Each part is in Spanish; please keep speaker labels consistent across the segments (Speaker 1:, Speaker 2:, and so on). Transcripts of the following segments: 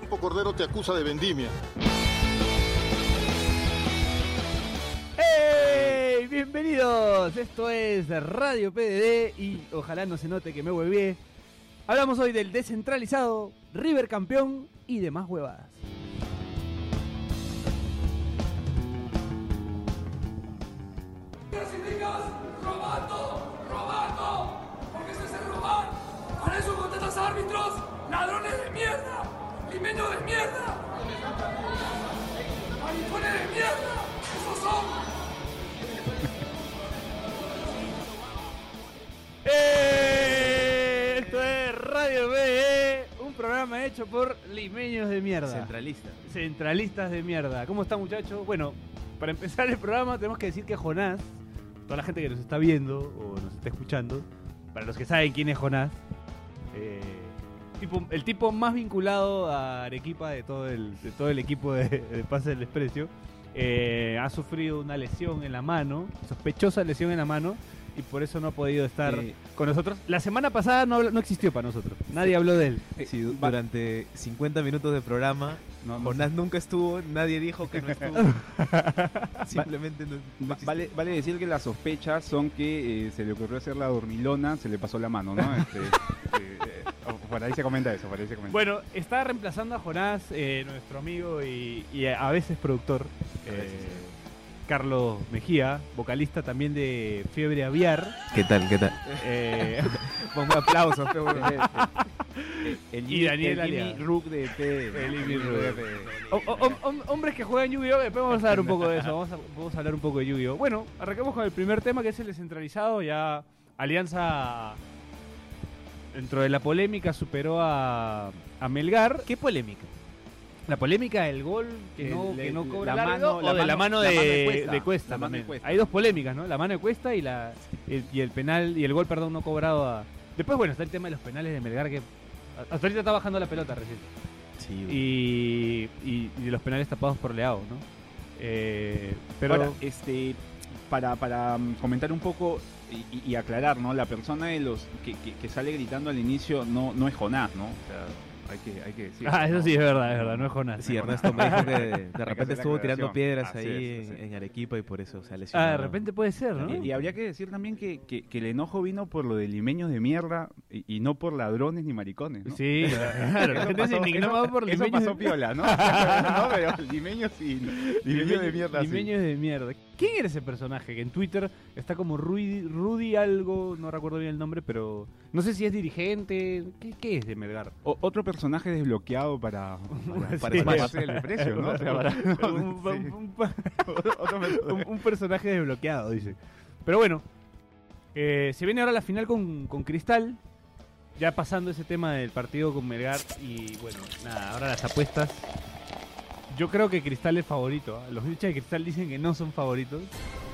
Speaker 1: Campo Cordero te acusa de vendimia.
Speaker 2: ¡Hey! Bienvenidos, esto es Radio PDD y ojalá no se note que me huevié. Hablamos hoy del descentralizado, River campeón y demás huevadas.
Speaker 3: Clasificas robando, robando, porque eso es robar. Para eso contratas a árbitros, ladrones de mierda, limeños de mierda, maricones de mierda, esos son.
Speaker 2: ¡Eh! Esto es Radio PDD, un programa hecho por limeños de mierda.
Speaker 4: Centralista.
Speaker 2: Centralistas de mierda. ¿Cómo está muchachos? Bueno, para empezar el programa tenemos que decir que Jonás, toda la gente que nos está viendo o nos está escuchando, para los que saben quién es Jonás, eh, tipo- el tipo más vinculado a Arequipa de todo el, de todo el equipo de, de Pase del Desprecio, eh, ha sufrido una lesión en la mano, sospechosa lesión en la mano, y por eso no ha podido estar
Speaker 4: Eh,
Speaker 2: con nosotros. La semana pasada no, habl- no existió para nosotros, nadie habló de él.
Speaker 5: Eh,
Speaker 4: Sí, du-
Speaker 2: va-
Speaker 4: durante 50 minutos de programa,
Speaker 2: No, no-
Speaker 4: Jonás nunca estuvo, nadie dijo que no estuvo. Simplemente no, no
Speaker 5: Va-
Speaker 4: existió.
Speaker 5: Vale, vale decir que las sospechas son que eh, se le ocurrió hacer la dormilona, se le pasó la mano, ¿no? Este, eh, eh, oh, por ahí se comenta eso, por ahí se comenta.
Speaker 2: Bueno, está reemplazando a Jonás, eh, nuestro amigo y, y a veces productor, eh, Carlos Mejía, vocalista también de Fiebre Aviar.
Speaker 4: ¿Qué tal? ¿Qué tal?
Speaker 2: eh,
Speaker 4: Pongo aplausos. pe,
Speaker 5: Sí,
Speaker 4: huevón.
Speaker 5: sí. El
Speaker 2: Y
Speaker 5: Jimmy-
Speaker 2: Daniel
Speaker 5: el Jimmy
Speaker 2: Aliaga.
Speaker 5: Rook de P.
Speaker 2: El Jimmy Rook.
Speaker 5: de P.
Speaker 2: hom- hom- hom- hombres que juegan Yu-Gi-Oh! Después vamos a hablar un poco de eso, vamos a, vamos a hablar un poco de Yu-Gi-Oh! Bueno, arrancamos con el primer tema que es el descentralizado, ya Alianza dentro de la polémica superó a, a Melgar.
Speaker 4: ¿Qué polémica?
Speaker 2: La polémica del gol que,
Speaker 5: El-
Speaker 2: no, que
Speaker 5: el-
Speaker 2: no cobra
Speaker 5: la
Speaker 2: largo,
Speaker 5: mano- la
Speaker 2: o de la
Speaker 5: mano-
Speaker 2: mano
Speaker 5: la
Speaker 2: de,
Speaker 5: mano
Speaker 2: de
Speaker 5: de
Speaker 2: Cuesta.
Speaker 5: Cuesta. La mano de
Speaker 2: también.
Speaker 5: Cuesta.
Speaker 2: Hay dos polémicas, ¿no? La mano de Cuesta y la el, y el penal y el gol, perdón, no cobrado a... Después, bueno, está el tema de los penales de Melgar que a- hasta ahorita está bajando la pelota recién.
Speaker 4: Sí, huevón.
Speaker 2: Y, y, y los penales tapados por Leao, ¿no? Eh, pero
Speaker 5: Ahora, este, para, para mm, comentar un poco y, y- y aclarar, ¿no? La persona de los que, que- que sale gritando al inicio no, no es Jonás, ¿no? O sea, hay que, hay que decir.
Speaker 2: Ah, eso
Speaker 5: ¿no?
Speaker 2: sí es verdad, es verdad, no es Jonás. Ah,
Speaker 4: Sí, Ernesto me dijo que de- de
Speaker 5: hacer la
Speaker 4: repente estuvo tirando
Speaker 5: aclaración.
Speaker 4: piedras
Speaker 5: Así
Speaker 4: ahí
Speaker 5: es,
Speaker 4: en,
Speaker 5: así
Speaker 4: en Arequipa y por eso se ha lesionado.
Speaker 2: Ah, de repente puede ser, ¿no?
Speaker 5: Eh, Y, y habría que decir también que, que- que el enojo vino por lo de limeños de mierda y, y no por ladrones ni maricones, ¿no?
Speaker 2: Sí, claro, la
Speaker 5: Eso
Speaker 2: gente se
Speaker 5: pasó-
Speaker 2: indignó
Speaker 5: eso-
Speaker 2: más por
Speaker 5: eso
Speaker 2: limeños.
Speaker 5: pasó piola, ¿no? no, pero limeños sí. Limeños de mierda sí.
Speaker 2: Limeños de mierda. ¿Quién era ese personaje que en Twitter está como Rudy, Rudy algo, no recuerdo bien el nombre, pero no sé si es dirigente, ¿qué, qué es de Melgar?
Speaker 5: O- otro personaje desbloqueado para, para, para
Speaker 2: Sí.
Speaker 5: pasarse el precio, ¿no? O sea, para-
Speaker 2: un,
Speaker 5: sí.
Speaker 2: un- un-
Speaker 5: Otro personaje.
Speaker 2: un- un personaje desbloqueado, dice. Pero bueno, eh, se viene ahora la final con, con Cristal, ya pasando ese tema del partido con Melgar y bueno, nada, ahora las apuestas. Yo creo que Cristal es favorito. ¿ah? Los hinchas de Cristal dicen que no son favoritos.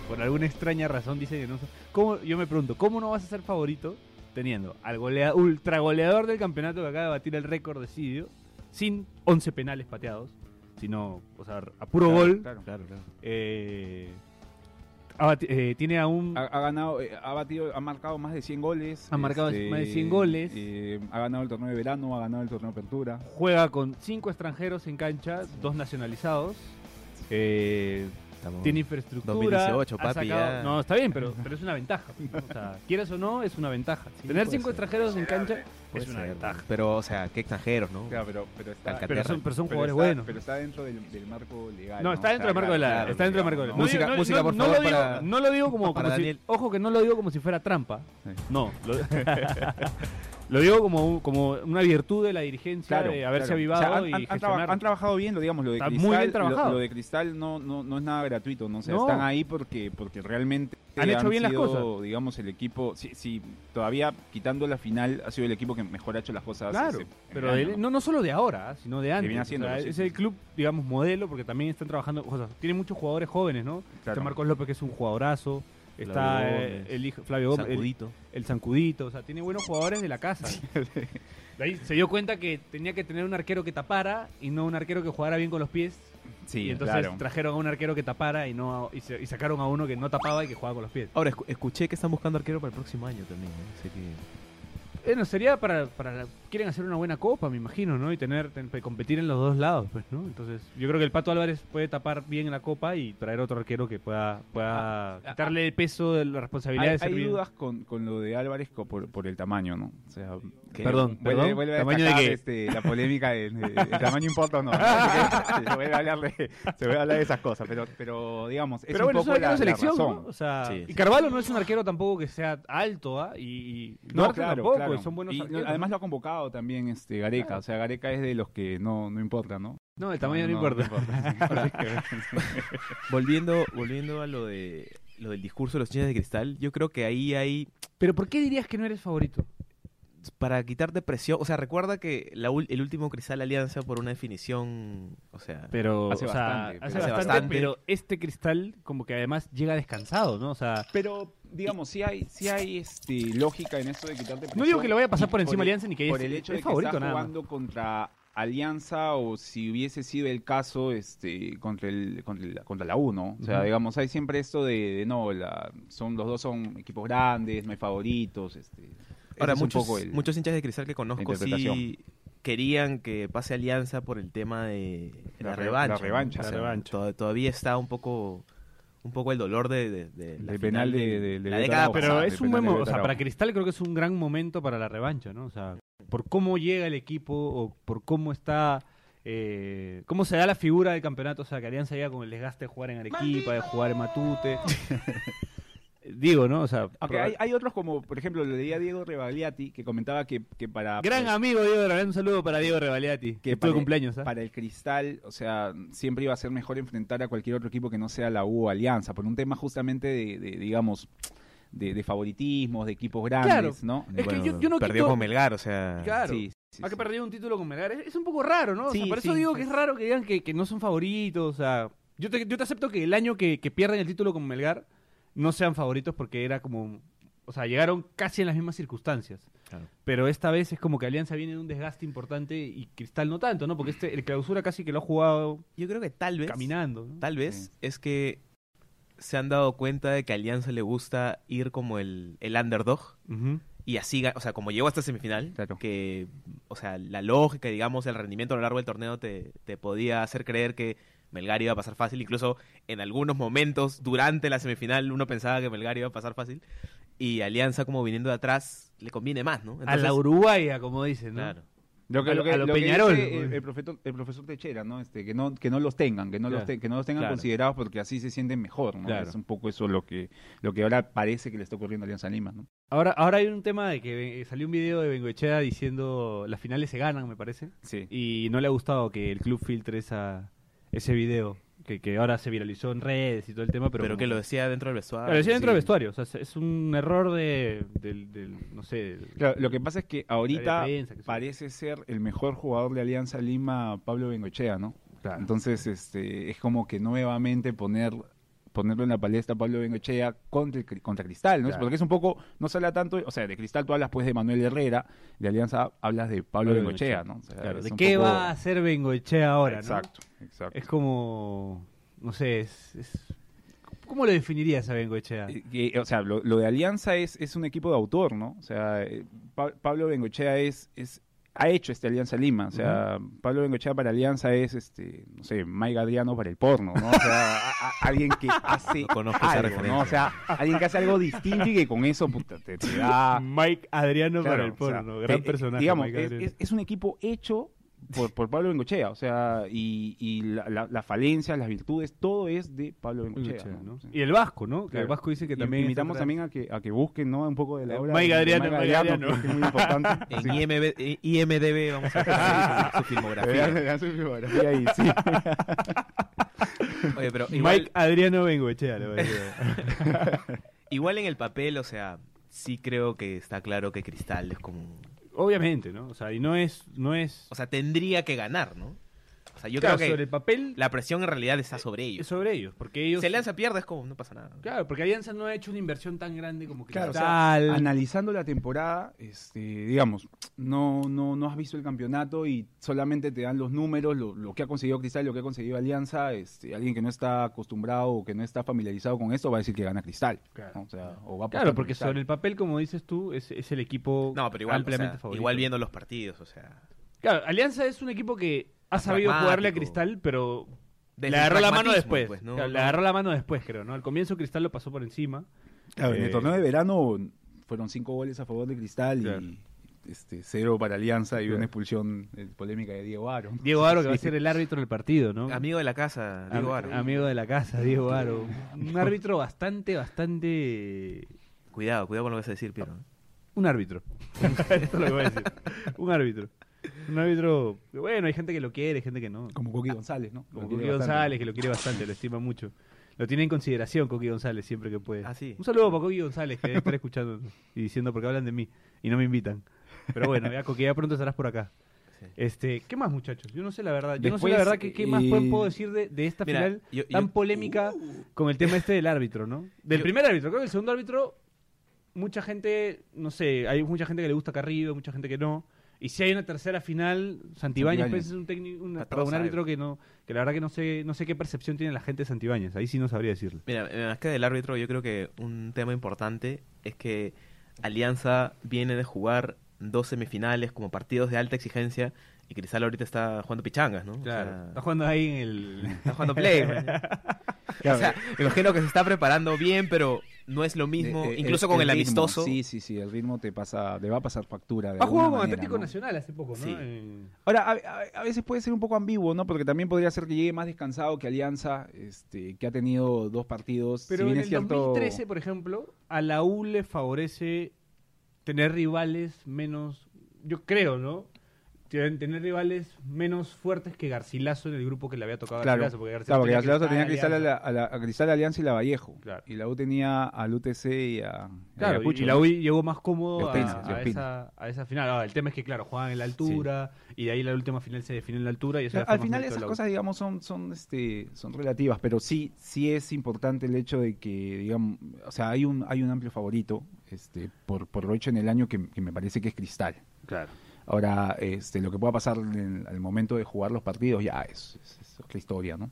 Speaker 2: Por alguna extraña razón dicen que no son. ¿Cómo, yo me pregunto, ¿cómo no vas a ser favorito teniendo al golea, ultra goleador del campeonato que acaba de batir el récord de Sidio sin 11 penales pateados, sino, o sea, a puro
Speaker 5: Claro,
Speaker 2: gol,
Speaker 5: claro.
Speaker 4: Claro, claro.
Speaker 2: eh, ah, ti- eh, tiene a un...
Speaker 4: Ah.
Speaker 5: Ha, ha ganado, eh, ha batido, ha marcado más de 100 goles. este,
Speaker 2: Ha marcado más de 100 goles.
Speaker 5: eh, ha ganado el torneo de verano, ha ganado el torneo de apertura.
Speaker 2: Juega con cinco extranjeros en cancha, dos nacionalizados. eh,
Speaker 4: Estamos-
Speaker 2: tiene infraestructura.
Speaker 4: 2018,
Speaker 2: ha
Speaker 4: papi,
Speaker 2: sacado-
Speaker 4: ya.
Speaker 2: No, está bien, pero, pero es una ventaja. ¿no? O sea, quieras o no, es una ventaja.
Speaker 4: Sí,
Speaker 2: Tener
Speaker 4: puede
Speaker 2: cinco
Speaker 4: ser.
Speaker 2: extranjeros en cancha
Speaker 4: Puede
Speaker 2: es una
Speaker 4: ser,
Speaker 2: ventaja.
Speaker 4: Pero, o sea, qué extranjeros, ¿no?
Speaker 5: Claro, pero, pero está,
Speaker 4: Alcatel.
Speaker 2: Pero son, pero son
Speaker 5: pero
Speaker 2: jugadores
Speaker 5: está-
Speaker 2: buenos.
Speaker 5: Pero está dentro del, del marco legal.
Speaker 2: No, está dentro del marco de la. Está dentro del marco de la.
Speaker 5: no,
Speaker 4: Música-
Speaker 2: no,
Speaker 4: música,
Speaker 2: no,
Speaker 4: por
Speaker 2: no
Speaker 4: favor,
Speaker 2: lo digo,
Speaker 4: para-
Speaker 2: no lo digo como,
Speaker 4: para
Speaker 2: como si-
Speaker 4: Daniel.
Speaker 2: ojo que no lo digo como si fuera trampa.
Speaker 5: Sí.
Speaker 2: No, lo, lo digo como, un- como una virtud de la dirigencia
Speaker 5: Claro,
Speaker 2: de eh, haberse
Speaker 5: claro.
Speaker 2: avivado
Speaker 5: O sea, han,
Speaker 2: y
Speaker 5: han- han traba-
Speaker 2: gestionar.
Speaker 5: han trabajado bien, lo digamos, lo de
Speaker 2: Está muy
Speaker 5: cristal.
Speaker 2: bien
Speaker 5: lo-
Speaker 2: trabajado.
Speaker 5: Lo, de cristal no, no, no es nada gratuito, ¿no? O sea,
Speaker 2: No.
Speaker 5: están ahí porque, porque realmente
Speaker 2: Han hecho bien las
Speaker 5: sido,
Speaker 2: cosas.
Speaker 5: digamos, el equipo. Sí, sí, todavía quitando la final, ha sido el equipo que mejor ha hecho las cosas.
Speaker 2: Claro,
Speaker 5: ese- en
Speaker 2: pero
Speaker 5: el
Speaker 2: de-
Speaker 5: año,
Speaker 2: no, no solo de ahora, sino de antes.
Speaker 5: viene haciendo,
Speaker 2: O sea,
Speaker 5: sí,
Speaker 2: es
Speaker 5: sí.
Speaker 2: el club, digamos, modelo, porque también están trabajando cosas. Tiene muchos jugadores jóvenes, ¿no?
Speaker 5: Claro.
Speaker 2: Está Marcos López, que es un jugadorazo. Está
Speaker 4: Flavio
Speaker 2: eh,
Speaker 4: Gómez.
Speaker 2: el hijo Flavio Gómez, el-
Speaker 4: Sacudito.
Speaker 2: el Zancudito, o sea, tiene buenos jugadores de la casa. De ahí se dio cuenta que tenía que tener un arquero que tapara y no un arquero que jugara bien con los pies.
Speaker 5: Sí,
Speaker 2: y entonces
Speaker 5: claro.
Speaker 2: trajeron a un arquero que tapara y no y, se- y sacaron a uno que no tapaba y que jugaba con los pies.
Speaker 4: Ahora, escu- escuché que están buscando arquero para el próximo año también. ¿eh? Así que...
Speaker 2: Bueno, sería para, para quieren hacer una buena copa, me imagino, ¿no? Y tener ten- pe- competir en los dos lados, pues, ¿no? Entonces, yo creo que el Pato Álvarez puede tapar bien la copa y traer otro arquero que pueda, pueda
Speaker 5: ah,
Speaker 2: quitarle el peso de la responsabilidad
Speaker 5: Hay,
Speaker 2: de
Speaker 5: hay
Speaker 2: servir.
Speaker 5: dudas con, con lo de Álvarez co- por, por el tamaño, ¿no? O sea, que
Speaker 2: Perdón,
Speaker 5: vuelve,
Speaker 2: perdón.
Speaker 5: vuelve a
Speaker 2: ¿Tamaño de
Speaker 5: destacar,
Speaker 2: qué?
Speaker 5: este, la polémica del de, el tamaño importa o no. Así que se vuelve a hablar de, se vuelve a hablar de esas cosas, pero, pero digamos, es
Speaker 2: Pero
Speaker 5: un
Speaker 2: bueno, es un
Speaker 5: poco
Speaker 2: arquero
Speaker 5: la,
Speaker 2: de selección,
Speaker 5: la
Speaker 2: ¿no?
Speaker 5: razón.
Speaker 2: O sea,
Speaker 6: Sí,
Speaker 2: y
Speaker 6: sí.
Speaker 2: Carvalho no es un arquero tampoco que sea alto, ¿ah? Y, y
Speaker 5: No,
Speaker 2: Norte
Speaker 5: claro,
Speaker 2: tampoco,
Speaker 5: claro.
Speaker 2: son buenos
Speaker 5: Y, no,
Speaker 2: arqueros.
Speaker 5: además lo ha convocado también este Gareca, o sea, Gareca es de los que no, no importa, ¿no?
Speaker 2: No, el tamaño no, importa.
Speaker 6: Volviendo, volviendo a lo de lo del discurso de los chinos de cristal, yo creo que ahí hay
Speaker 2: Pero ¿por qué dirías que no eres favorito?
Speaker 6: para quitarte presión, o sea, recuerda que la ul- el último cristal alianza por una definición, o sea,
Speaker 2: Pero,
Speaker 5: Hace
Speaker 2: o sea,
Speaker 5: bastante, pero-
Speaker 2: hace
Speaker 6: Hace
Speaker 2: bastante,
Speaker 6: bastante.
Speaker 2: pero este cristal como que además llega descansado, ¿no? O sea,
Speaker 5: Pero, digamos, sí hay, sí hay este, lógica en eso de quitarte
Speaker 2: no
Speaker 5: presión.
Speaker 2: digo que lo vaya a pasar por
Speaker 5: Y
Speaker 2: encima
Speaker 5: el-
Speaker 2: Alianza ni que
Speaker 5: por
Speaker 2: es,
Speaker 5: el hecho
Speaker 2: es
Speaker 5: de que
Speaker 2: favorito
Speaker 5: está
Speaker 2: nada más.
Speaker 5: jugando contra Alianza o si hubiese sido el caso este contra el contra, el- contra la U, ¿no? O sea,
Speaker 2: Ujú.
Speaker 5: digamos, hay siempre esto de, de no, la, son los dos son equipos grandes, no hay favoritos, este.
Speaker 6: Ahora,
Speaker 5: ese es un
Speaker 6: muchos,
Speaker 5: poco el-
Speaker 6: muchos hinchas de cristal que conozco sí
Speaker 5: interpretación.
Speaker 6: querían que pase Alianza por el tema de la,
Speaker 5: La re-
Speaker 6: revancha.
Speaker 5: la revancha.
Speaker 6: ¿no? O
Speaker 2: La
Speaker 6: sea,
Speaker 2: revancha.
Speaker 6: to- todavía está un poco un poco el dolor de, de- de la
Speaker 5: Del
Speaker 6: final
Speaker 5: penal de- de- de
Speaker 6: la
Speaker 5: Beto
Speaker 6: década
Speaker 5: Araujo.
Speaker 2: Pero
Speaker 6: pasada.
Speaker 5: Ah,
Speaker 2: es un
Speaker 5: depende
Speaker 2: buen
Speaker 5: de
Speaker 2: momento, o sea,
Speaker 5: Betarao.
Speaker 2: para Cristal creo que es un gran momento para la revancha, ¿no? O sea, por cómo llega el equipo o por cómo está, eh, cómo se da la figura del campeonato, o sea, que Alianza llega con el desgaste de jugar en Arequipa, de jugar en Matute. Digo, ¿no? O sea,
Speaker 5: Aunque hay, hay otros como, por ejemplo, lo leía Diego Rebagliati que comentaba que, que para
Speaker 2: gran
Speaker 5: para-
Speaker 2: amigo Diego Rebagliati, un saludo para Diego Revaliati, que estuvo
Speaker 5: pare-
Speaker 2: de cumpleaños, ¿ah?
Speaker 5: Para el cristal, o sea, siempre iba a ser mejor enfrentar a cualquier otro equipo que no sea la U o Alianza, por un tema justamente de, de, digamos, de, de favoritismos, de equipos grandes,
Speaker 2: Claro.
Speaker 5: ¿no?
Speaker 2: Es que yo- yo no
Speaker 6: perdió
Speaker 2: quito-
Speaker 6: con Melgar, o sea,
Speaker 2: Claro.
Speaker 5: Sí, sí,
Speaker 2: ha
Speaker 5: sí.
Speaker 2: Ah, que perdido un título con Melgar. Es, es un poco raro, ¿no? O sea,
Speaker 5: Sí,
Speaker 2: por eso
Speaker 5: sí,
Speaker 2: digo
Speaker 5: sí.
Speaker 2: que es raro que digan que, que no son favoritos. O sea, yo te, yo te acepto que el año que, que pierden el título con Melgar no sean favoritos porque era como. O sea, llegaron casi en las mismas circunstancias.
Speaker 6: Claro.
Speaker 2: Pero esta vez es como que Alianza viene de un desgaste importante y Cristal no tanto, ¿no? Porque este, el clausura casi que lo ha jugado
Speaker 6: yo creo que tal vez
Speaker 2: caminando. ¿no?
Speaker 6: tal vez
Speaker 5: Sí.
Speaker 6: es que se han dado cuenta de que a Alianza le gusta ir como el, el underdog
Speaker 2: Ujú.
Speaker 6: y así, ga- o sea, como llegó hasta semifinal,
Speaker 5: Claro.
Speaker 6: que, o sea, la lógica, digamos, el rendimiento a lo largo del torneo te, te podía hacer creer que Melgar iba a pasar fácil, incluso en algunos momentos durante la semifinal uno pensaba que Melgar iba a pasar fácil y Alianza como viniendo de atrás le conviene más, ¿no?
Speaker 2: a la
Speaker 6: Entonces,
Speaker 2: Uruguaya, como dicen, ¿no?
Speaker 6: Claro.
Speaker 5: Lo que,
Speaker 2: A
Speaker 5: lo
Speaker 2: lo-
Speaker 5: que-
Speaker 2: a lo
Speaker 5: lo que
Speaker 2: Peñarol,
Speaker 5: dice
Speaker 2: pues.
Speaker 5: el, el profeto- el profesor Techera, ¿no? Este, que no, que no los tengan, que no
Speaker 2: Claro.
Speaker 5: los te- que no los tengan
Speaker 6: Claro.
Speaker 5: considerados porque así se sienten mejor, ¿no?
Speaker 2: Claro.
Speaker 5: Es un poco eso lo que, lo que ahora parece que le está ocurriendo a Alianza Lima, ¿no?
Speaker 2: Ahora, ahora hay un tema de que eh, salió un video de Bengoechea diciendo las finales se ganan, me parece.
Speaker 5: Sí.
Speaker 2: y no le ha gustado que el club filtre esa, ese video que, que ahora se viralizó en redes y todo el tema, pero,
Speaker 6: Pero, que lo decía dentro del vestuario.
Speaker 2: Pero decía dentro
Speaker 5: Ah,
Speaker 6: sí.
Speaker 2: del vestuario, o sea, es- es un error de, del, del- no sé, del-
Speaker 5: Claro, lo que pasa es que ahorita
Speaker 2: de prensa, que-
Speaker 5: parece ser el mejor jugador de Alianza Lima, Pablo Bengochea, ¿no? Entonces, este, es como que nuevamente poner ponerlo en la palestra a Pablo Bengochea contra, el Cri- contra Cristal, ¿no?
Speaker 2: Claro.
Speaker 5: Porque es un poco, no se habla tanto, o sea, de Cristal tú hablas pues de Manuel Herrera, de Alianza hablas de Pablo,
Speaker 2: Pablo
Speaker 5: Bengochea,
Speaker 2: Bengochea.
Speaker 5: ¿no? O sea,
Speaker 2: Claro,
Speaker 5: es
Speaker 2: ¿De
Speaker 5: un
Speaker 2: qué
Speaker 5: poco-
Speaker 2: va a hacer Bengoechea ahora,
Speaker 5: Exacto, exacto.
Speaker 2: no? Es como, no sé, es, es- ¿cómo lo definirías a Bengoechea?
Speaker 5: Eh, que, o sea, lo, lo de Alianza es, es un equipo de autor, ¿no? O sea, eh, Pa- Pablo Bengochea es, es ha hecho este Alianza Lima, o sea, Pablo Bengochea para Alianza es, este, no sé, Mike Adriano para el porno, ¿no? O sea, a- a- alguien que hace
Speaker 6: No conozco esa
Speaker 5: algo, ¿no?
Speaker 6: referencia.
Speaker 5: O sea, alguien que hace algo distinto y que con eso puta, te, te da...
Speaker 2: Mike Adriano
Speaker 5: Claro,
Speaker 2: para el
Speaker 5: o sea,
Speaker 2: porno,
Speaker 5: eh,
Speaker 2: gran
Speaker 5: eh,
Speaker 2: personaje.
Speaker 5: Digamos,
Speaker 2: Mike
Speaker 5: es,
Speaker 2: Adriano.
Speaker 5: es- es un equipo hecho por, por Pablo Bengochea, o sea, y, y la- la- las falencias, las virtudes, todo es de Pablo Bengochea.
Speaker 2: Bengoechea,
Speaker 5: ¿no?
Speaker 2: ¿no?
Speaker 5: O sea.
Speaker 2: Y el Vasco, ¿no? Que
Speaker 5: Claro.
Speaker 2: el Vasco dice que
Speaker 5: Y
Speaker 2: también...
Speaker 5: invitamos
Speaker 2: está atrás.
Speaker 5: también a que, a que busquen ¿no? un poco de la obra
Speaker 2: Mike
Speaker 5: de- de
Speaker 2: Adriano,
Speaker 5: Mike
Speaker 2: Mike
Speaker 5: Adriano,
Speaker 2: Adriano.
Speaker 5: que es muy importante
Speaker 6: En IMB eh, IMDB vamos a ver su filmografía.
Speaker 5: Vean- vean su biografía ahí, sí.
Speaker 6: Oye, pero igual-
Speaker 2: Mike Adriano Bengoechea, le voy a decir.
Speaker 6: Igual en el papel, o sea, sí creo que está claro que Cristal es como...
Speaker 2: Obviamente, ¿no? O sea, y no es, no es,
Speaker 6: O sea, tendría que ganar, ¿no? O sea, yo
Speaker 2: Claro,
Speaker 6: creo
Speaker 2: sobre
Speaker 6: que
Speaker 2: el papel
Speaker 6: la presión en realidad está sobre ellos.
Speaker 2: es sobre ellos, porque ellos...
Speaker 6: Si Alianza pierde, es como, no pasa nada.
Speaker 2: Claro, porque Alianza no ha hecho una inversión tan grande como Cristal.
Speaker 5: Claro, o sea, analizando la temporada, este, digamos, no, no, no has visto el campeonato y solamente te dan los números, lo, lo que ha conseguido Cristal, lo que ha conseguido Alianza. Este, alguien que no está acostumbrado o que no está familiarizado con esto va a decir que gana Cristal.
Speaker 2: Claro.
Speaker 5: ¿no? O sea, o va a apostar
Speaker 2: Claro,
Speaker 5: por
Speaker 2: porque
Speaker 5: Cristal.
Speaker 2: sobre el papel, como dices tú, es, es el equipo
Speaker 6: No, pero igual, o
Speaker 2: ampliamente
Speaker 6: sea,
Speaker 2: favorito.
Speaker 6: igual viendo los partidos, o sea.
Speaker 2: Claro, Alianza es un equipo que ha
Speaker 6: Más
Speaker 2: sabido jugarle a
Speaker 6: pragmático.
Speaker 2: Cristal, pero
Speaker 6: desde
Speaker 2: le
Speaker 6: el
Speaker 2: agarró la mano
Speaker 6: pragmatismo,
Speaker 2: después.
Speaker 6: pues, ¿no?
Speaker 2: Claro, Le
Speaker 6: No.
Speaker 2: agarró la mano después, creo, ¿no? Al comienzo Cristal lo pasó por encima.
Speaker 5: Claro, en
Speaker 2: Eh,
Speaker 5: el torneo de verano fueron cinco goles a favor de Cristal
Speaker 2: Claro.
Speaker 5: y este, cero para Alianza y
Speaker 2: Claro.
Speaker 5: una expulsión eh, polémica de Diego Aro.
Speaker 2: Diego Aro, que va a
Speaker 5: Sí.
Speaker 2: ser el árbitro del partido, ¿no?
Speaker 6: Amigo de la casa,
Speaker 2: Am-
Speaker 6: Diego Aro.
Speaker 2: Amigo de la casa, Diego Aro. Un árbitro bastante, bastante...
Speaker 6: Cuidado, cuidado con lo que vas a decir, ¿eh? Piero.
Speaker 2: Un árbitro. Esto es lo que voy a decir. Un árbitro. Un árbitro... Bueno, hay gente que lo quiere, gente que no.
Speaker 5: Como Coqui González, ¿no?
Speaker 2: Como
Speaker 5: Lo quiere
Speaker 2: Coqui
Speaker 5: bastante.
Speaker 2: González, que lo quiere bastante, lo estima mucho. Lo tiene en consideración Coqui González siempre que puede.
Speaker 6: Ah, sí.
Speaker 2: Un saludo para Coqui González, que debe estar escuchando y diciendo porque hablan de mí y no me invitan. Pero bueno, ya Coqui, ya pronto estarás por acá.
Speaker 6: Sí.
Speaker 2: Este, ¿Qué más, muchachos? Yo no sé la verdad. Yo no sé
Speaker 5: Después,
Speaker 2: la verdad que, qué más
Speaker 5: eh,
Speaker 2: puedo- puedo decir de, de esta
Speaker 6: Mira,
Speaker 2: final
Speaker 6: yo-
Speaker 2: tan
Speaker 6: yo- uh.
Speaker 2: polémica con el tema este del árbitro, ¿no? Del
Speaker 6: Yo-
Speaker 2: primer árbitro. Creo que el segundo árbitro, mucha gente, no sé, hay mucha gente que le gusta Carrillo, mucha gente que no. Y si hay una tercera final, Santibáñez
Speaker 5: Santibáñez.
Speaker 2: pues, es un técnico, una-
Speaker 6: Patrón
Speaker 2: perdón, un
Speaker 6: sabe.
Speaker 2: árbitro que no, que la verdad que no sé, no sé qué percepción tiene la gente de Santibáñez. Ahí sí no sabría decirle.
Speaker 6: Mira, eh, más que del árbitro, yo creo que un tema importante es que Alianza viene de jugar dos semifinales como partidos de alta exigencia y Cristal ahorita está jugando pichangas, ¿no? O sea,
Speaker 2: Está jugando ahí en el.
Speaker 6: está jugando play. man. o sea, me imagino que se está preparando bien, pero no es lo mismo,
Speaker 5: Eh, eh,
Speaker 6: incluso con el,
Speaker 5: ritmo,
Speaker 6: amistoso.
Speaker 5: Sí, sí, sí, el ritmo te pasa, te va a pasar factura. de
Speaker 2: Ha jugado
Speaker 5: alguna
Speaker 2: con
Speaker 5: manera,
Speaker 2: Atlético
Speaker 5: ¿no?
Speaker 2: Nacional hace poco, ¿no?
Speaker 6: Sí.
Speaker 2: En-
Speaker 5: Ahora, a, a- a veces puede ser un poco ambiguo, ¿no? Porque también podría ser que llegue más descansado que Alianza, este, que ha tenido dos partidos.
Speaker 2: Pero
Speaker 5: si bien
Speaker 2: en el
Speaker 5: es cierto,
Speaker 2: 2013, por ejemplo, a la U le favorece tener rivales menos, yo creo, ¿no? Ten- Tener rivales menos fuertes que Garcilaso en el grupo que le había tocado a
Speaker 5: Claro,
Speaker 2: Garcilaso. Porque Garcilaso
Speaker 5: claro, porque Alianza tenía Cristal, a,
Speaker 2: Alianza.
Speaker 5: la, a la- a Cristal Alianza y la Vallejo.
Speaker 2: Claro.
Speaker 5: Y la U tenía al UTC y a.
Speaker 2: Claro, y-
Speaker 5: Ayacucho,
Speaker 2: y la
Speaker 5: ¿no?
Speaker 2: U llegó más cómodo
Speaker 5: Los
Speaker 2: a,
Speaker 5: Pinas,
Speaker 2: a
Speaker 5: los
Speaker 2: esa, a esa final. Ahora, el tema es que, claro, jugaban en la altura y de ahí la última final se definió en la altura. Y eso
Speaker 5: Claro,
Speaker 2: ya fue
Speaker 5: al
Speaker 2: más
Speaker 5: final
Speaker 2: mérito de
Speaker 5: esas
Speaker 2: la U.
Speaker 5: cosas, digamos, son, son, este, son relativas, pero sí, sí es importante el hecho de que, digamos, o sea, hay un, hay un amplio favorito, este, por, por lo hecho en el año que, que me parece que es Cristal.
Speaker 2: Claro.
Speaker 5: Ahora, este, lo que pueda pasar en- al momento de jugar los partidos, ya es, es- es otra historia, ¿no?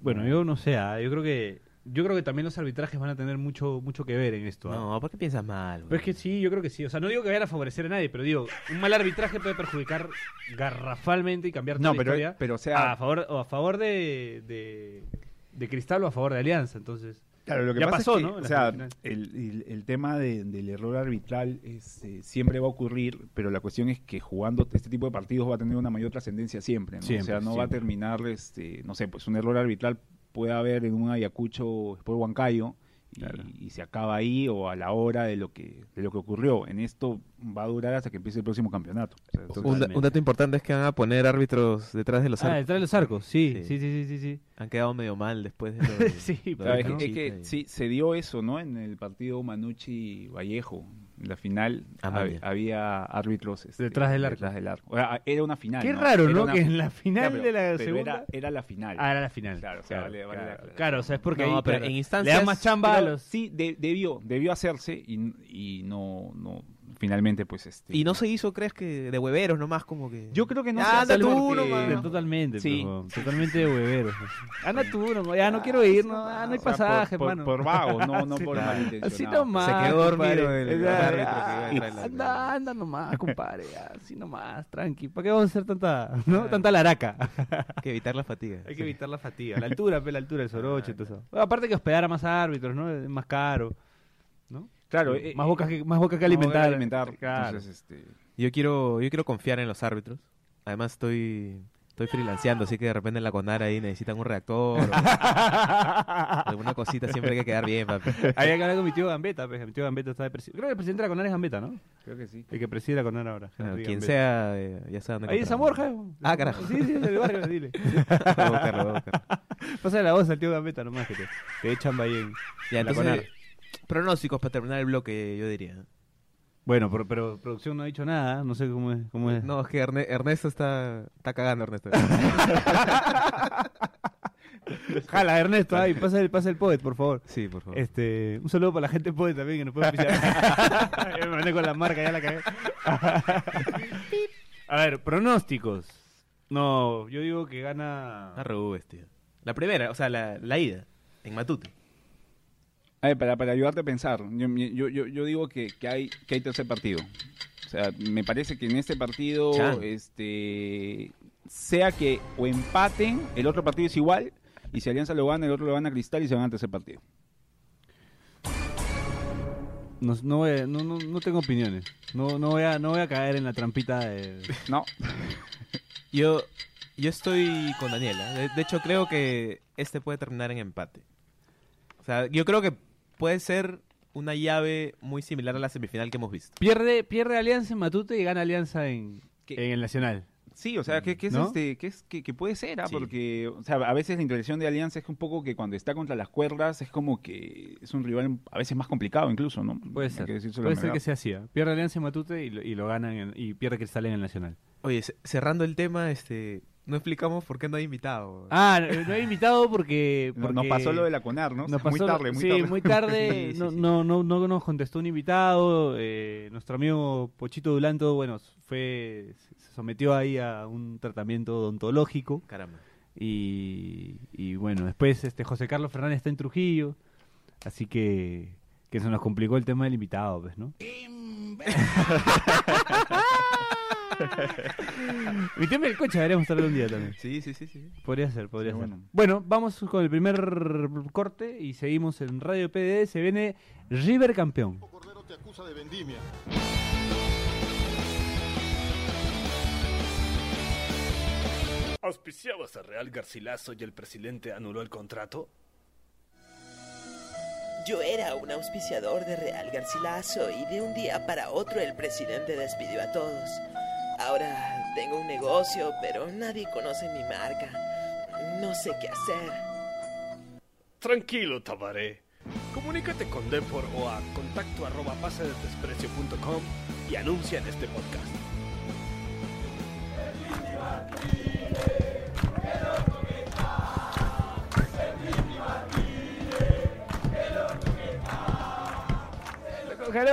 Speaker 2: Bueno, yo no sé, ah, yo creo que yo creo que también los arbitrajes van a tener mucho mucho que ver en esto. ah.
Speaker 6: No, ¿por qué piensas mal?
Speaker 2: Pero es que sí, yo creo que sí. O sea, no digo que vayan a favorecer a nadie, pero digo, un mal arbitraje puede perjudicar garrafalmente y cambiar toda
Speaker 5: No,
Speaker 2: la
Speaker 5: pero,
Speaker 2: historia
Speaker 5: pero o sea,
Speaker 2: a favor, o a favor de, de, de Cristal o a favor de Alianza, entonces.
Speaker 5: claro, lo que
Speaker 2: ya
Speaker 5: pasa
Speaker 2: pasó,
Speaker 5: es que,
Speaker 2: ¿no? En
Speaker 5: o
Speaker 2: la
Speaker 5: sea,
Speaker 2: semifinal.
Speaker 5: el, el- el tema de- del error arbitral este, siempre va a ocurrir, pero la cuestión es que jugando este tipo de partidos va a tener una mayor trascendencia siempre, ¿no?
Speaker 2: Siempre,
Speaker 5: o sea, no va a
Speaker 2: siempre.
Speaker 5: terminar, este, no sé, pues un error arbitral puede haber en un Ayacucho por Huancayo y,
Speaker 2: Claro.
Speaker 5: y se acaba ahí o a la hora de lo que de lo que ocurrió. En esto va a durar hasta que empiece el próximo campeonato. O sea, entonces-
Speaker 6: Un, da- un dato importante es que van a poner árbitros detrás de los
Speaker 2: ah,
Speaker 6: arcos.
Speaker 2: detrás de los arcos, sí, sí,
Speaker 6: Sí.
Speaker 2: sí, sí, sí.
Speaker 6: Han quedado medio mal después de lo de-
Speaker 2: Sí,
Speaker 6: lo de
Speaker 5: Claro, es
Speaker 2: ¿no?
Speaker 5: que, es
Speaker 6: Conchita
Speaker 5: que
Speaker 6: y-
Speaker 5: sí, se dio eso, ¿no? En el partido Manucci-Vallejo, en la final,
Speaker 6: Amaña.
Speaker 5: hab- había árbitros... este,
Speaker 2: Detrás del arco.
Speaker 5: detrás del arco. O sea, era una final,
Speaker 2: Qué
Speaker 5: Ah, ¿no?
Speaker 2: raro,
Speaker 5: Era
Speaker 2: ¿no?
Speaker 5: una-
Speaker 2: Que en la
Speaker 5: Ya,
Speaker 2: final
Speaker 5: pero-
Speaker 2: de la
Speaker 5: pero
Speaker 2: segunda.
Speaker 5: Era, era la final.
Speaker 2: Ah, era la final.
Speaker 5: Claro, o sea, vale- vale la
Speaker 2: claro,
Speaker 5: aclaración.
Speaker 2: Claro, o sea, es porque
Speaker 6: No,
Speaker 2: ahí,
Speaker 6: pero
Speaker 2: claro,
Speaker 6: en
Speaker 2: le
Speaker 6: instancias-
Speaker 2: dan más chamba a
Speaker 5: Pero
Speaker 2: los.
Speaker 5: Sí, de- debió, debió hacerse y, y no, no, finalmente pues este...
Speaker 6: Y no se hizo, ¿crees que de hueveros nomás como que...?
Speaker 5: Yo creo que no
Speaker 6: Ah,
Speaker 5: se hace
Speaker 6: anda tú
Speaker 5: porque-
Speaker 6: nomás.
Speaker 2: De- Totalmente,
Speaker 5: Sí.
Speaker 2: pero, totalmente de huevero. Anda tú, no, ya no quiero ir, no, ah, no hay
Speaker 5: O sea, por-
Speaker 2: pasaje,
Speaker 5: por,
Speaker 2: hermano.
Speaker 5: Por vago, no, no por
Speaker 6: claro.
Speaker 5: malintencionado.
Speaker 2: Así nomás.
Speaker 6: Se quedó dormido
Speaker 2: compadre.
Speaker 6: el- el
Speaker 2: Ya,
Speaker 6: árbitro
Speaker 2: ya,
Speaker 6: que iba detrás de la-
Speaker 2: Anda, anda nomás, compadre. ya, Así nomás, tranqui. ¿Para qué vamos a hacer tanta, no? tanta laraca?
Speaker 6: Hay que evitar la fatiga.
Speaker 2: Hay que evitar la fatiga. La altura, pe, la altura, el soroche, todo eso. Bueno, aparte que hospedar a más árbitros, ¿no? Es más caro. ¿no?
Speaker 5: Claro, eh,
Speaker 2: más,
Speaker 5: eh,
Speaker 2: bocas que, más bocas que
Speaker 5: no, era
Speaker 2: alimentar.
Speaker 5: alimentar.
Speaker 2: Claro.
Speaker 5: Entonces, este...
Speaker 6: Yo quiero, yo quiero confiar en los árbitros. Además estoy, estoy freelanceando, así que de repente en la CONAR ahí necesitan un reactor o alguna cosita, siempre hay que quedar bien, papi.
Speaker 2: Había que hablar con mi tío Gambetta, pues, mi tío Gambetta está de presi- Creo que el presidente de la CONAR es Gambetta, ¿no?
Speaker 5: Creo que sí.
Speaker 2: El que preside la CONAR ahora.
Speaker 6: Claro,
Speaker 2: Henry
Speaker 6: quien
Speaker 2: Gambetta.
Speaker 6: sea, eh, ya sabe dónde
Speaker 2: Ahí en San Borja.
Speaker 6: encontrarme. Ah, carajo.
Speaker 2: Sí, sí, del barrio, dile.
Speaker 6: Voy a buscarlo, voy a buscarlo.
Speaker 2: Pásale la voz al tío Gambetta nomás que te, te echan ahí en-
Speaker 6: Ya,
Speaker 2: en la
Speaker 6: entonces,
Speaker 2: CONAR.
Speaker 6: pronósticos para terminar el bloque, yo diría.
Speaker 2: Bueno, pero, pero producción no ha dicho nada, no sé cómo es. Cómo es.
Speaker 6: No, es que Erne- Ernesto está, está cagando, Ernesto.
Speaker 2: Jala, Ernesto, ahí, pasa el, pasa el poet, por favor.
Speaker 6: Sí, por favor.
Speaker 2: Este, un saludo para la gente poet también que nos puede pisar. Me mandé con la marca, ya la cagué. A ver, pronósticos. No, yo digo que gana.
Speaker 6: Ah, Rubes, tío. La primera, o sea, la, la ida, en Matute.
Speaker 5: A ver, para, para ayudarte a pensar, yo, yo, yo, yo digo que, que hay, que hay tercer partido. O sea, me parece que en este partido,
Speaker 6: Chan.
Speaker 5: este sea que o empaten, el otro partido es igual, y si Alianza lo gana, el otro lo gana Cristal y se van al tercer partido.
Speaker 2: No, no, voy a- no, no, no tengo opiniones. No, no, voy a, no voy a caer en la trampita de.
Speaker 5: No,
Speaker 6: Yo, yo estoy con Daniela. De, de hecho, creo que este puede terminar en empate. O sea, yo creo que puede ser una llave muy similar a la semifinal que hemos visto.
Speaker 2: Pierde, pierde Alianza en Matute y gana Alianza en,
Speaker 5: ¿Qué?
Speaker 2: en el Nacional.
Speaker 5: sí, o sea, que, que es
Speaker 2: ¿No?
Speaker 5: este, que, es, que, que puede ser, ¿ah?
Speaker 6: Sí.
Speaker 5: porque o sea, a veces la interacción de Alianza es un poco que cuando está contra las cuerdas es como que es un rival a veces más complicado incluso, ¿no?
Speaker 2: Puede
Speaker 5: Hay
Speaker 2: ser.
Speaker 5: que decírselo
Speaker 2: Puede
Speaker 5: en
Speaker 2: ser
Speaker 5: verdad.
Speaker 2: que sea así. ¿ah? Pierde Alianza en Matute y lo, y lo ganan en- y pierde Cristal en el Nacional.
Speaker 6: Oye, ce- cerrando el tema, este, no explicamos por qué no hay invitado.
Speaker 2: Ah, no, no he invitado porque.
Speaker 5: Pues. No-
Speaker 2: porque
Speaker 5: Nos pasó lo de la CONAR, ¿no?
Speaker 2: nos
Speaker 5: muy
Speaker 2: pasó lo-
Speaker 5: tarde, muy
Speaker 2: sí,
Speaker 5: tarde.
Speaker 2: muy tarde.
Speaker 6: Sí, sí,
Speaker 2: no,
Speaker 6: sí.
Speaker 2: no, no, no nos contestó un invitado. eh, nuestro amigo Pochito Dulanto, bueno, fue, se sometió ahí a un tratamiento odontológico.
Speaker 6: Caramba.
Speaker 2: Y, y bueno, después este José Carlos Fernández está en Trujillo, así que, que se nos complicó el tema del invitado, pues, ¿no? tema el coche, deberíamos estar un día también.
Speaker 6: Sí, sí, sí, sí.
Speaker 2: Podría ser, podría
Speaker 5: Sí,
Speaker 2: ser. Bueno.
Speaker 5: bueno.
Speaker 2: vamos con el primer corte y seguimos en Radio PD. Se viene River Campeón.
Speaker 1: Cordero te acusa de vendimia.
Speaker 7: ¿Auspiciabas a Real Garcilaso y el presidente anuló el contrato?
Speaker 8: Yo era un auspiciador de Real Garcilaso y de un día para otro el presidente despidió a todos. Ahora tengo un negocio, pero nadie conoce mi marca. No sé qué hacer.
Speaker 7: Tranquilo, Tabaré. Comunícate con Depor o a contacto arroba pasadesprecio.com y anuncia en este podcast.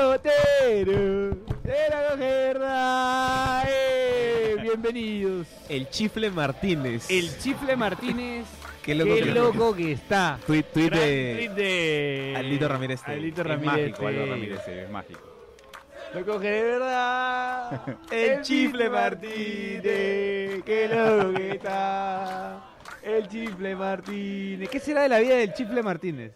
Speaker 2: ¡Garotero! ¡Era Gogerda! ¡Eh! Bienvenidos.
Speaker 6: El Chifle Martínez.
Speaker 2: El Chifle Martínez.
Speaker 6: Qué
Speaker 2: Qué
Speaker 6: loco, que-
Speaker 2: loco que está.
Speaker 6: Tweet, tweet
Speaker 2: Gran
Speaker 6: de...
Speaker 2: tweet de
Speaker 6: Alito Ramírez Tevez.
Speaker 2: Alito
Speaker 5: Es
Speaker 2: Ramírez.
Speaker 5: mágico, Álvaro
Speaker 2: Tevez.
Speaker 5: Ramírez, sí, es mágico.
Speaker 2: Lo coge de verdad.
Speaker 6: El Chifle
Speaker 2: Chifle Martínez. Qué loco que está. El Chifle Martínez. ¿Qué será de la vida del Chifle Martínez?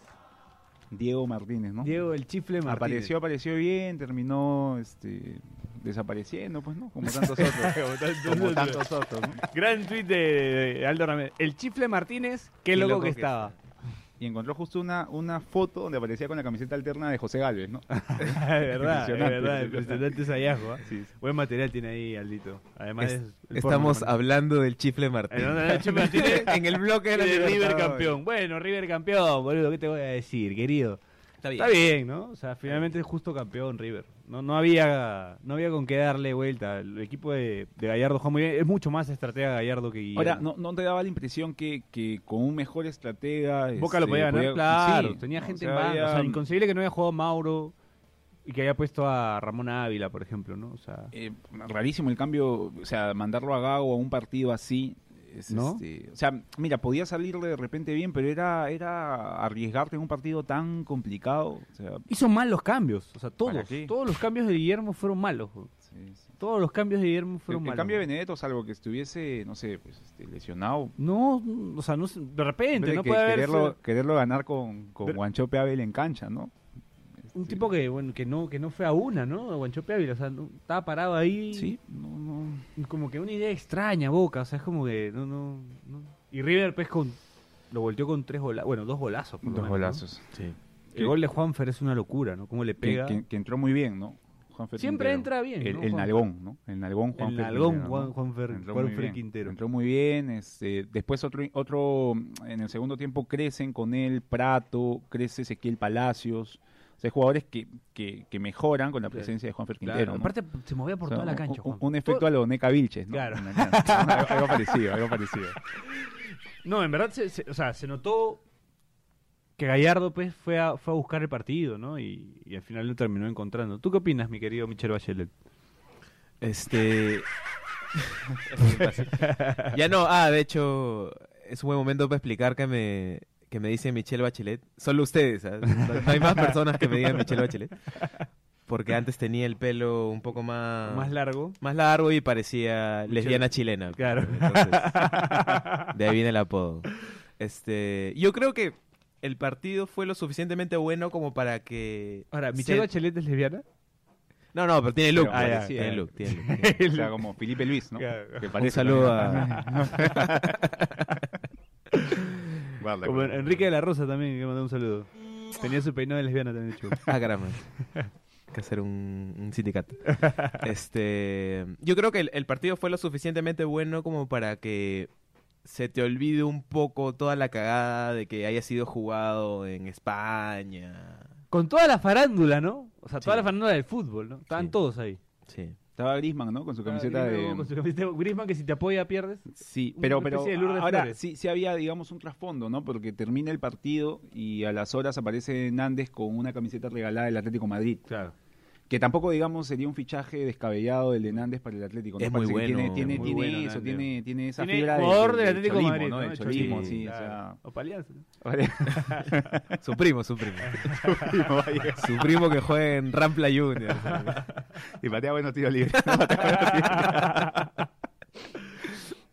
Speaker 5: Diego Martínez, ¿no?
Speaker 2: Diego, el Chifle Martínez.
Speaker 5: Apareció, apareció bien, terminó este, desapareciendo, pues, ¿no? Como tantos otros.
Speaker 2: Como tantos
Speaker 5: como
Speaker 2: otros.
Speaker 5: tantos otros, ¿no?
Speaker 2: Gran tweet de, de Aldo Ramírez. El Chifle Martínez, qué loco, que, estaba.
Speaker 5: Y encontró justo una, una foto donde aparecía con la camiseta alterna de José Galvez, ¿no?
Speaker 2: de verdad, de
Speaker 5: Impresionante,
Speaker 2: verdad,
Speaker 5: impresionante.
Speaker 2: impresionante ese hallazgo. ¿ah?
Speaker 5: Sí, sí.
Speaker 2: Buen material tiene ahí Aldito. Además,
Speaker 6: Es-
Speaker 2: es el
Speaker 6: Estamos
Speaker 2: porno,
Speaker 6: hablando del Chifle
Speaker 2: El
Speaker 6: Martínez.
Speaker 2: Ronda de Nacho Martínez
Speaker 6: en el bloque de la
Speaker 2: de River
Speaker 6: Libertadores.
Speaker 2: campeón. Bueno, River campeón, boludo, ¿qué te voy a decir, querido?
Speaker 6: Está bien.
Speaker 2: Está bien, ¿no? O sea, finalmente es justo campeón River. No, no había no había con qué darle vuelta. El equipo de, de Gallardo juega muy bien. Es mucho más estratega Gallardo que Guillermo.
Speaker 5: Ahora, ¿no, ¿no te daba la impresión que, que con un mejor estratega...
Speaker 2: Boca
Speaker 5: este,
Speaker 2: lo podía ganar. Claro,
Speaker 5: Sí,
Speaker 2: tenía
Speaker 5: ¿no?
Speaker 2: gente
Speaker 5: O sea,
Speaker 2: en banda. O
Speaker 5: había-
Speaker 2: sea, inconcebible que no haya jugado Mauro y que haya puesto a Ramón Ávila, por ejemplo, ¿no? O sea,
Speaker 5: eh, rarísimo el cambio, o sea, mandarlo a Gago a un partido así. es,
Speaker 2: ¿No?
Speaker 5: este, o sea, mira, podía salirle de repente bien, pero era, era arriesgarte en un partido tan complicado. O sea,
Speaker 2: hizo mal los cambios. O sea, todos.
Speaker 5: qué?
Speaker 2: Todos los cambios de Guillermo fueron malos. güey.
Speaker 5: sí, sí.
Speaker 2: Todos los cambios de Guillermo fueron
Speaker 5: el, el
Speaker 2: malos.
Speaker 5: cambio de
Speaker 2: güey.
Speaker 5: Benedetto, salvo que estuviese, no sé, pues, este, lesionado.
Speaker 2: No, o sea, no, sé, de
Speaker 5: en
Speaker 2: repente,
Speaker 5: vez de
Speaker 2: no
Speaker 5: que-
Speaker 2: puede haber
Speaker 5: quererlo, quererlo ganar con, con
Speaker 2: Pero-
Speaker 5: Guanchope Abel en cancha, ¿no?
Speaker 2: un
Speaker 5: Este,
Speaker 2: tipo que bueno que no que no fue a una, ¿no? Guanchope Ávila, o sea, no- estaba parado ahí,
Speaker 5: Sí, no, no.
Speaker 2: como que una idea extraña, Boca, o sea, es como que no no, no. y River pues con lo volteó con tres golazos, bueno, dos golazos, por lo
Speaker 5: Dos
Speaker 2: menos, ¿no?
Speaker 5: golazos.
Speaker 2: El gol de Juanfer es una locura, ¿no? Cómo le
Speaker 5: Que,
Speaker 2: pega.
Speaker 5: que- que entró muy bien, ¿no? Juanfer
Speaker 2: Siempre entra bien,
Speaker 5: El,
Speaker 2: ¿no,
Speaker 5: el
Speaker 2: Juan?
Speaker 5: nalgón, ¿no? El nalgón Juan
Speaker 2: el nalgón
Speaker 5: Quintero,
Speaker 2: Juan,
Speaker 5: ¿no?
Speaker 2: Juanfer,
Speaker 5: Entró muy
Speaker 2: Juanfer
Speaker 5: bien,
Speaker 2: Quintero.
Speaker 5: Entró muy bien. este, después otro, otro, mm, en el segundo tiempo crecen con él Prato, crece Ezequiel Palacios. O sea, hay jugadores que, que, que mejoran con la presencia de Juanfer Quintero. ¿no?
Speaker 2: Aparte, se movía por
Speaker 5: O sea,
Speaker 2: toda la
Speaker 5: un-
Speaker 2: cancha.
Speaker 5: Un,
Speaker 2: Juan.
Speaker 5: un efecto a lo Neca Vilches, ¿no?
Speaker 2: Claro.
Speaker 5: Una mierda, ¿no? algo parecido, algo parecido.
Speaker 2: No, en verdad, se, se- o sea, se notó que Gallardo pues, fue, a, fue a buscar el partido, ¿no? Y, y al final lo terminó encontrando. ¿Tú qué opinas, mi querido Michel Bachelet?
Speaker 6: Este. ya no, ah, de hecho, es un buen momento para explicar que me, que me dice Michelle Bachelet. Solo ustedes, ¿ah? no, no hay más personas que me digan Michelle Bachelet. Porque antes tenía el pelo un poco más,
Speaker 2: Más largo.
Speaker 6: más largo y parecía lesbiana chilena.
Speaker 2: Claro.
Speaker 6: Entonces, de ahí viene el apodo. Este, yo creo que el partido fue lo suficientemente bueno como para que.
Speaker 2: Ahora,
Speaker 6: se-
Speaker 2: ¿Michelle Bachelet es lesbiana?
Speaker 6: No, no, pero tiene look.
Speaker 5: Ah, ya,
Speaker 6: tiene
Speaker 5: claro.
Speaker 6: look, tiene look.
Speaker 5: O sea, como Felipe Luis, ¿no?
Speaker 2: Claro.
Speaker 5: Que
Speaker 6: Un
Speaker 5: parece
Speaker 6: saludo
Speaker 5: también.
Speaker 6: a.
Speaker 1: Vale,
Speaker 2: Como
Speaker 1: vale.
Speaker 2: Enrique de la Rosa también, que mandó un saludo. Tenía su peinado de lesbiana también, chico.
Speaker 6: Ah, caramba. Hay que hacer un, un sindicato. Este, yo creo que el, el partido fue lo suficientemente bueno como para que se te olvide un poco toda la cagada de que haya sido jugado en España.
Speaker 2: Con toda la farándula, ¿no? O sea, toda
Speaker 6: Sí.
Speaker 2: la farándula del fútbol, ¿no? Estaban
Speaker 6: Sí.
Speaker 2: todos ahí.
Speaker 6: Sí.
Speaker 5: Estaba Grisman, ¿no? Con su camiseta
Speaker 2: Griezmann,
Speaker 5: de.
Speaker 2: Con su camiseta Griezmann, que si te apoya pierdes.
Speaker 5: Sí,
Speaker 2: Una
Speaker 5: pero, pero
Speaker 2: especie de Lourdes
Speaker 5: ahora
Speaker 2: Flores.
Speaker 5: sí, sí había, digamos, un trasfondo, ¿no? Porque termina el partido y a las horas aparece Hernández con una camiseta regalada del Atlético Madrid.
Speaker 2: Claro.
Speaker 5: Que tampoco, digamos, sería un fichaje descabellado del Hernández para el Atlético. ¿no?
Speaker 6: Es muy
Speaker 5: Parece que
Speaker 6: bueno,
Speaker 5: Tiene, tiene,
Speaker 6: es muy
Speaker 5: tiene
Speaker 2: bueno
Speaker 5: eso,
Speaker 2: Hernández.
Speaker 5: tiene, tiene esa
Speaker 2: Tiene
Speaker 5: fibra de-
Speaker 2: jugador
Speaker 5: de-
Speaker 2: del
Speaker 5: del
Speaker 2: Atlético
Speaker 5: cholismo,
Speaker 2: Madrid,
Speaker 5: ¿no?
Speaker 2: ¿no?
Speaker 5: Del
Speaker 2: El
Speaker 5: cholismo,
Speaker 2: cholismo,
Speaker 5: sí, o
Speaker 2: claro.
Speaker 5: sea,
Speaker 2: O Palianza. ¿no?
Speaker 6: Su primo, su primo. su primo que juega en Rampla Junior.
Speaker 5: Y patea buenos tiros libres.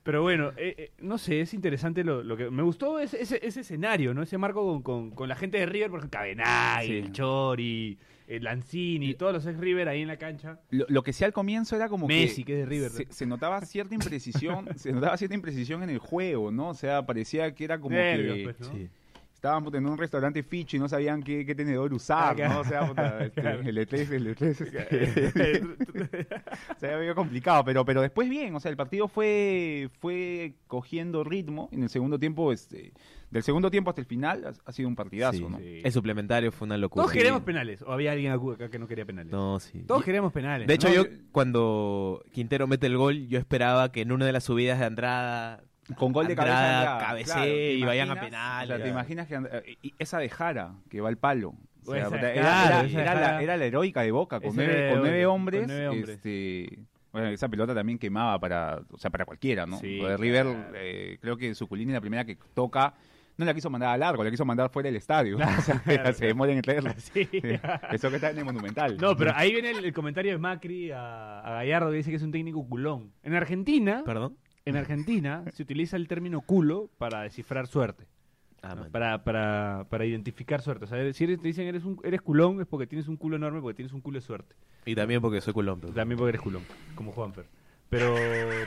Speaker 2: Pero bueno, eh, eh, no sé, es interesante lo, lo que... Me gustó ese, ese, ese escenario, ¿no? Ese marco con, con- con la gente de River, por ejemplo, Cabenagui,
Speaker 5: Sí.
Speaker 2: el Chori, el Lanzini, todos los ex-River ahí en la cancha.
Speaker 5: Lo, lo que sí al comienzo era como
Speaker 2: Messi, que
Speaker 5: que...
Speaker 2: es de River.
Speaker 5: Se, se notaba cierta imprecisión, se notaba cierta imprecisión en el juego, ¿no? O sea, parecía que era como
Speaker 2: Nervios,
Speaker 5: que
Speaker 2: pues, ¿no?
Speaker 6: Sí.
Speaker 5: estaban puta, en un restaurante ficho y no sabían qué, qué tenedor usar,
Speaker 2: Claro.
Speaker 5: ¿no? O sea, puta, este,
Speaker 2: Claro.
Speaker 5: el E3, el E3, este, se había complicado, pero, pero después bien, o sea, el partido fue, fue cogiendo ritmo en el segundo tiempo, este, del segundo tiempo hasta el final ha, ha sido un partidazo,
Speaker 6: Sí,
Speaker 5: ¿no?
Speaker 2: sí.
Speaker 6: El suplementario fue una locura.
Speaker 2: Todos queremos penales. O había alguien acá que no quería penales.
Speaker 6: No, sí.
Speaker 2: Todos queremos penales.
Speaker 6: De hecho,
Speaker 2: ¿no?
Speaker 6: yo cuando Quintero mete el gol, yo esperaba que en una de las subidas de Andrada
Speaker 5: Con gol de
Speaker 6: Andrada,
Speaker 5: cabeza. Andrada,
Speaker 6: cabecee
Speaker 5: claro, ¿te
Speaker 6: y vayan a
Speaker 5: imaginas?
Speaker 6: penales.
Speaker 5: O sea, te imaginas que Andra- y esa de Jara que va al palo. O sea,
Speaker 2: Esa
Speaker 5: puta,
Speaker 2: de
Speaker 5: era,
Speaker 2: Jara,
Speaker 5: era-
Speaker 2: esa de
Speaker 5: era la,
Speaker 2: Jara.
Speaker 5: era la heroica de Boca con
Speaker 2: Esa
Speaker 5: nueve,
Speaker 2: era
Speaker 5: con
Speaker 2: de
Speaker 5: nueve
Speaker 2: Boca,
Speaker 5: hombres.
Speaker 2: con nueve hombres.
Speaker 5: este, bueno, esa pelota también quemaba para, o sea, para cualquiera, ¿no?
Speaker 2: Sí,
Speaker 5: Lo de River,
Speaker 2: claro.
Speaker 5: eh, creo que Suculini la primera que toca, no la quiso mandar a largo, la quiso mandar fuera del estadio. O sea, se demora en traerla.
Speaker 2: Sí.
Speaker 5: Eso que está en el Monumental.
Speaker 2: No, pero ahí viene el, el comentario de Macri a, a Gallardo que dice que es un técnico culón. En Argentina,
Speaker 6: ¿Perdón?
Speaker 2: en Argentina se utiliza el término culo para descifrar suerte,
Speaker 6: Ah,
Speaker 2: ¿no?
Speaker 6: man.
Speaker 2: para, para, para identificar suerte. O sea, si eres- te dicen eres un eres culón es porque tienes un culo enorme, porque tienes un culo de suerte.
Speaker 6: Y también porque soy culón. pero-
Speaker 2: También porque eres culón, como Juanfer. Pero,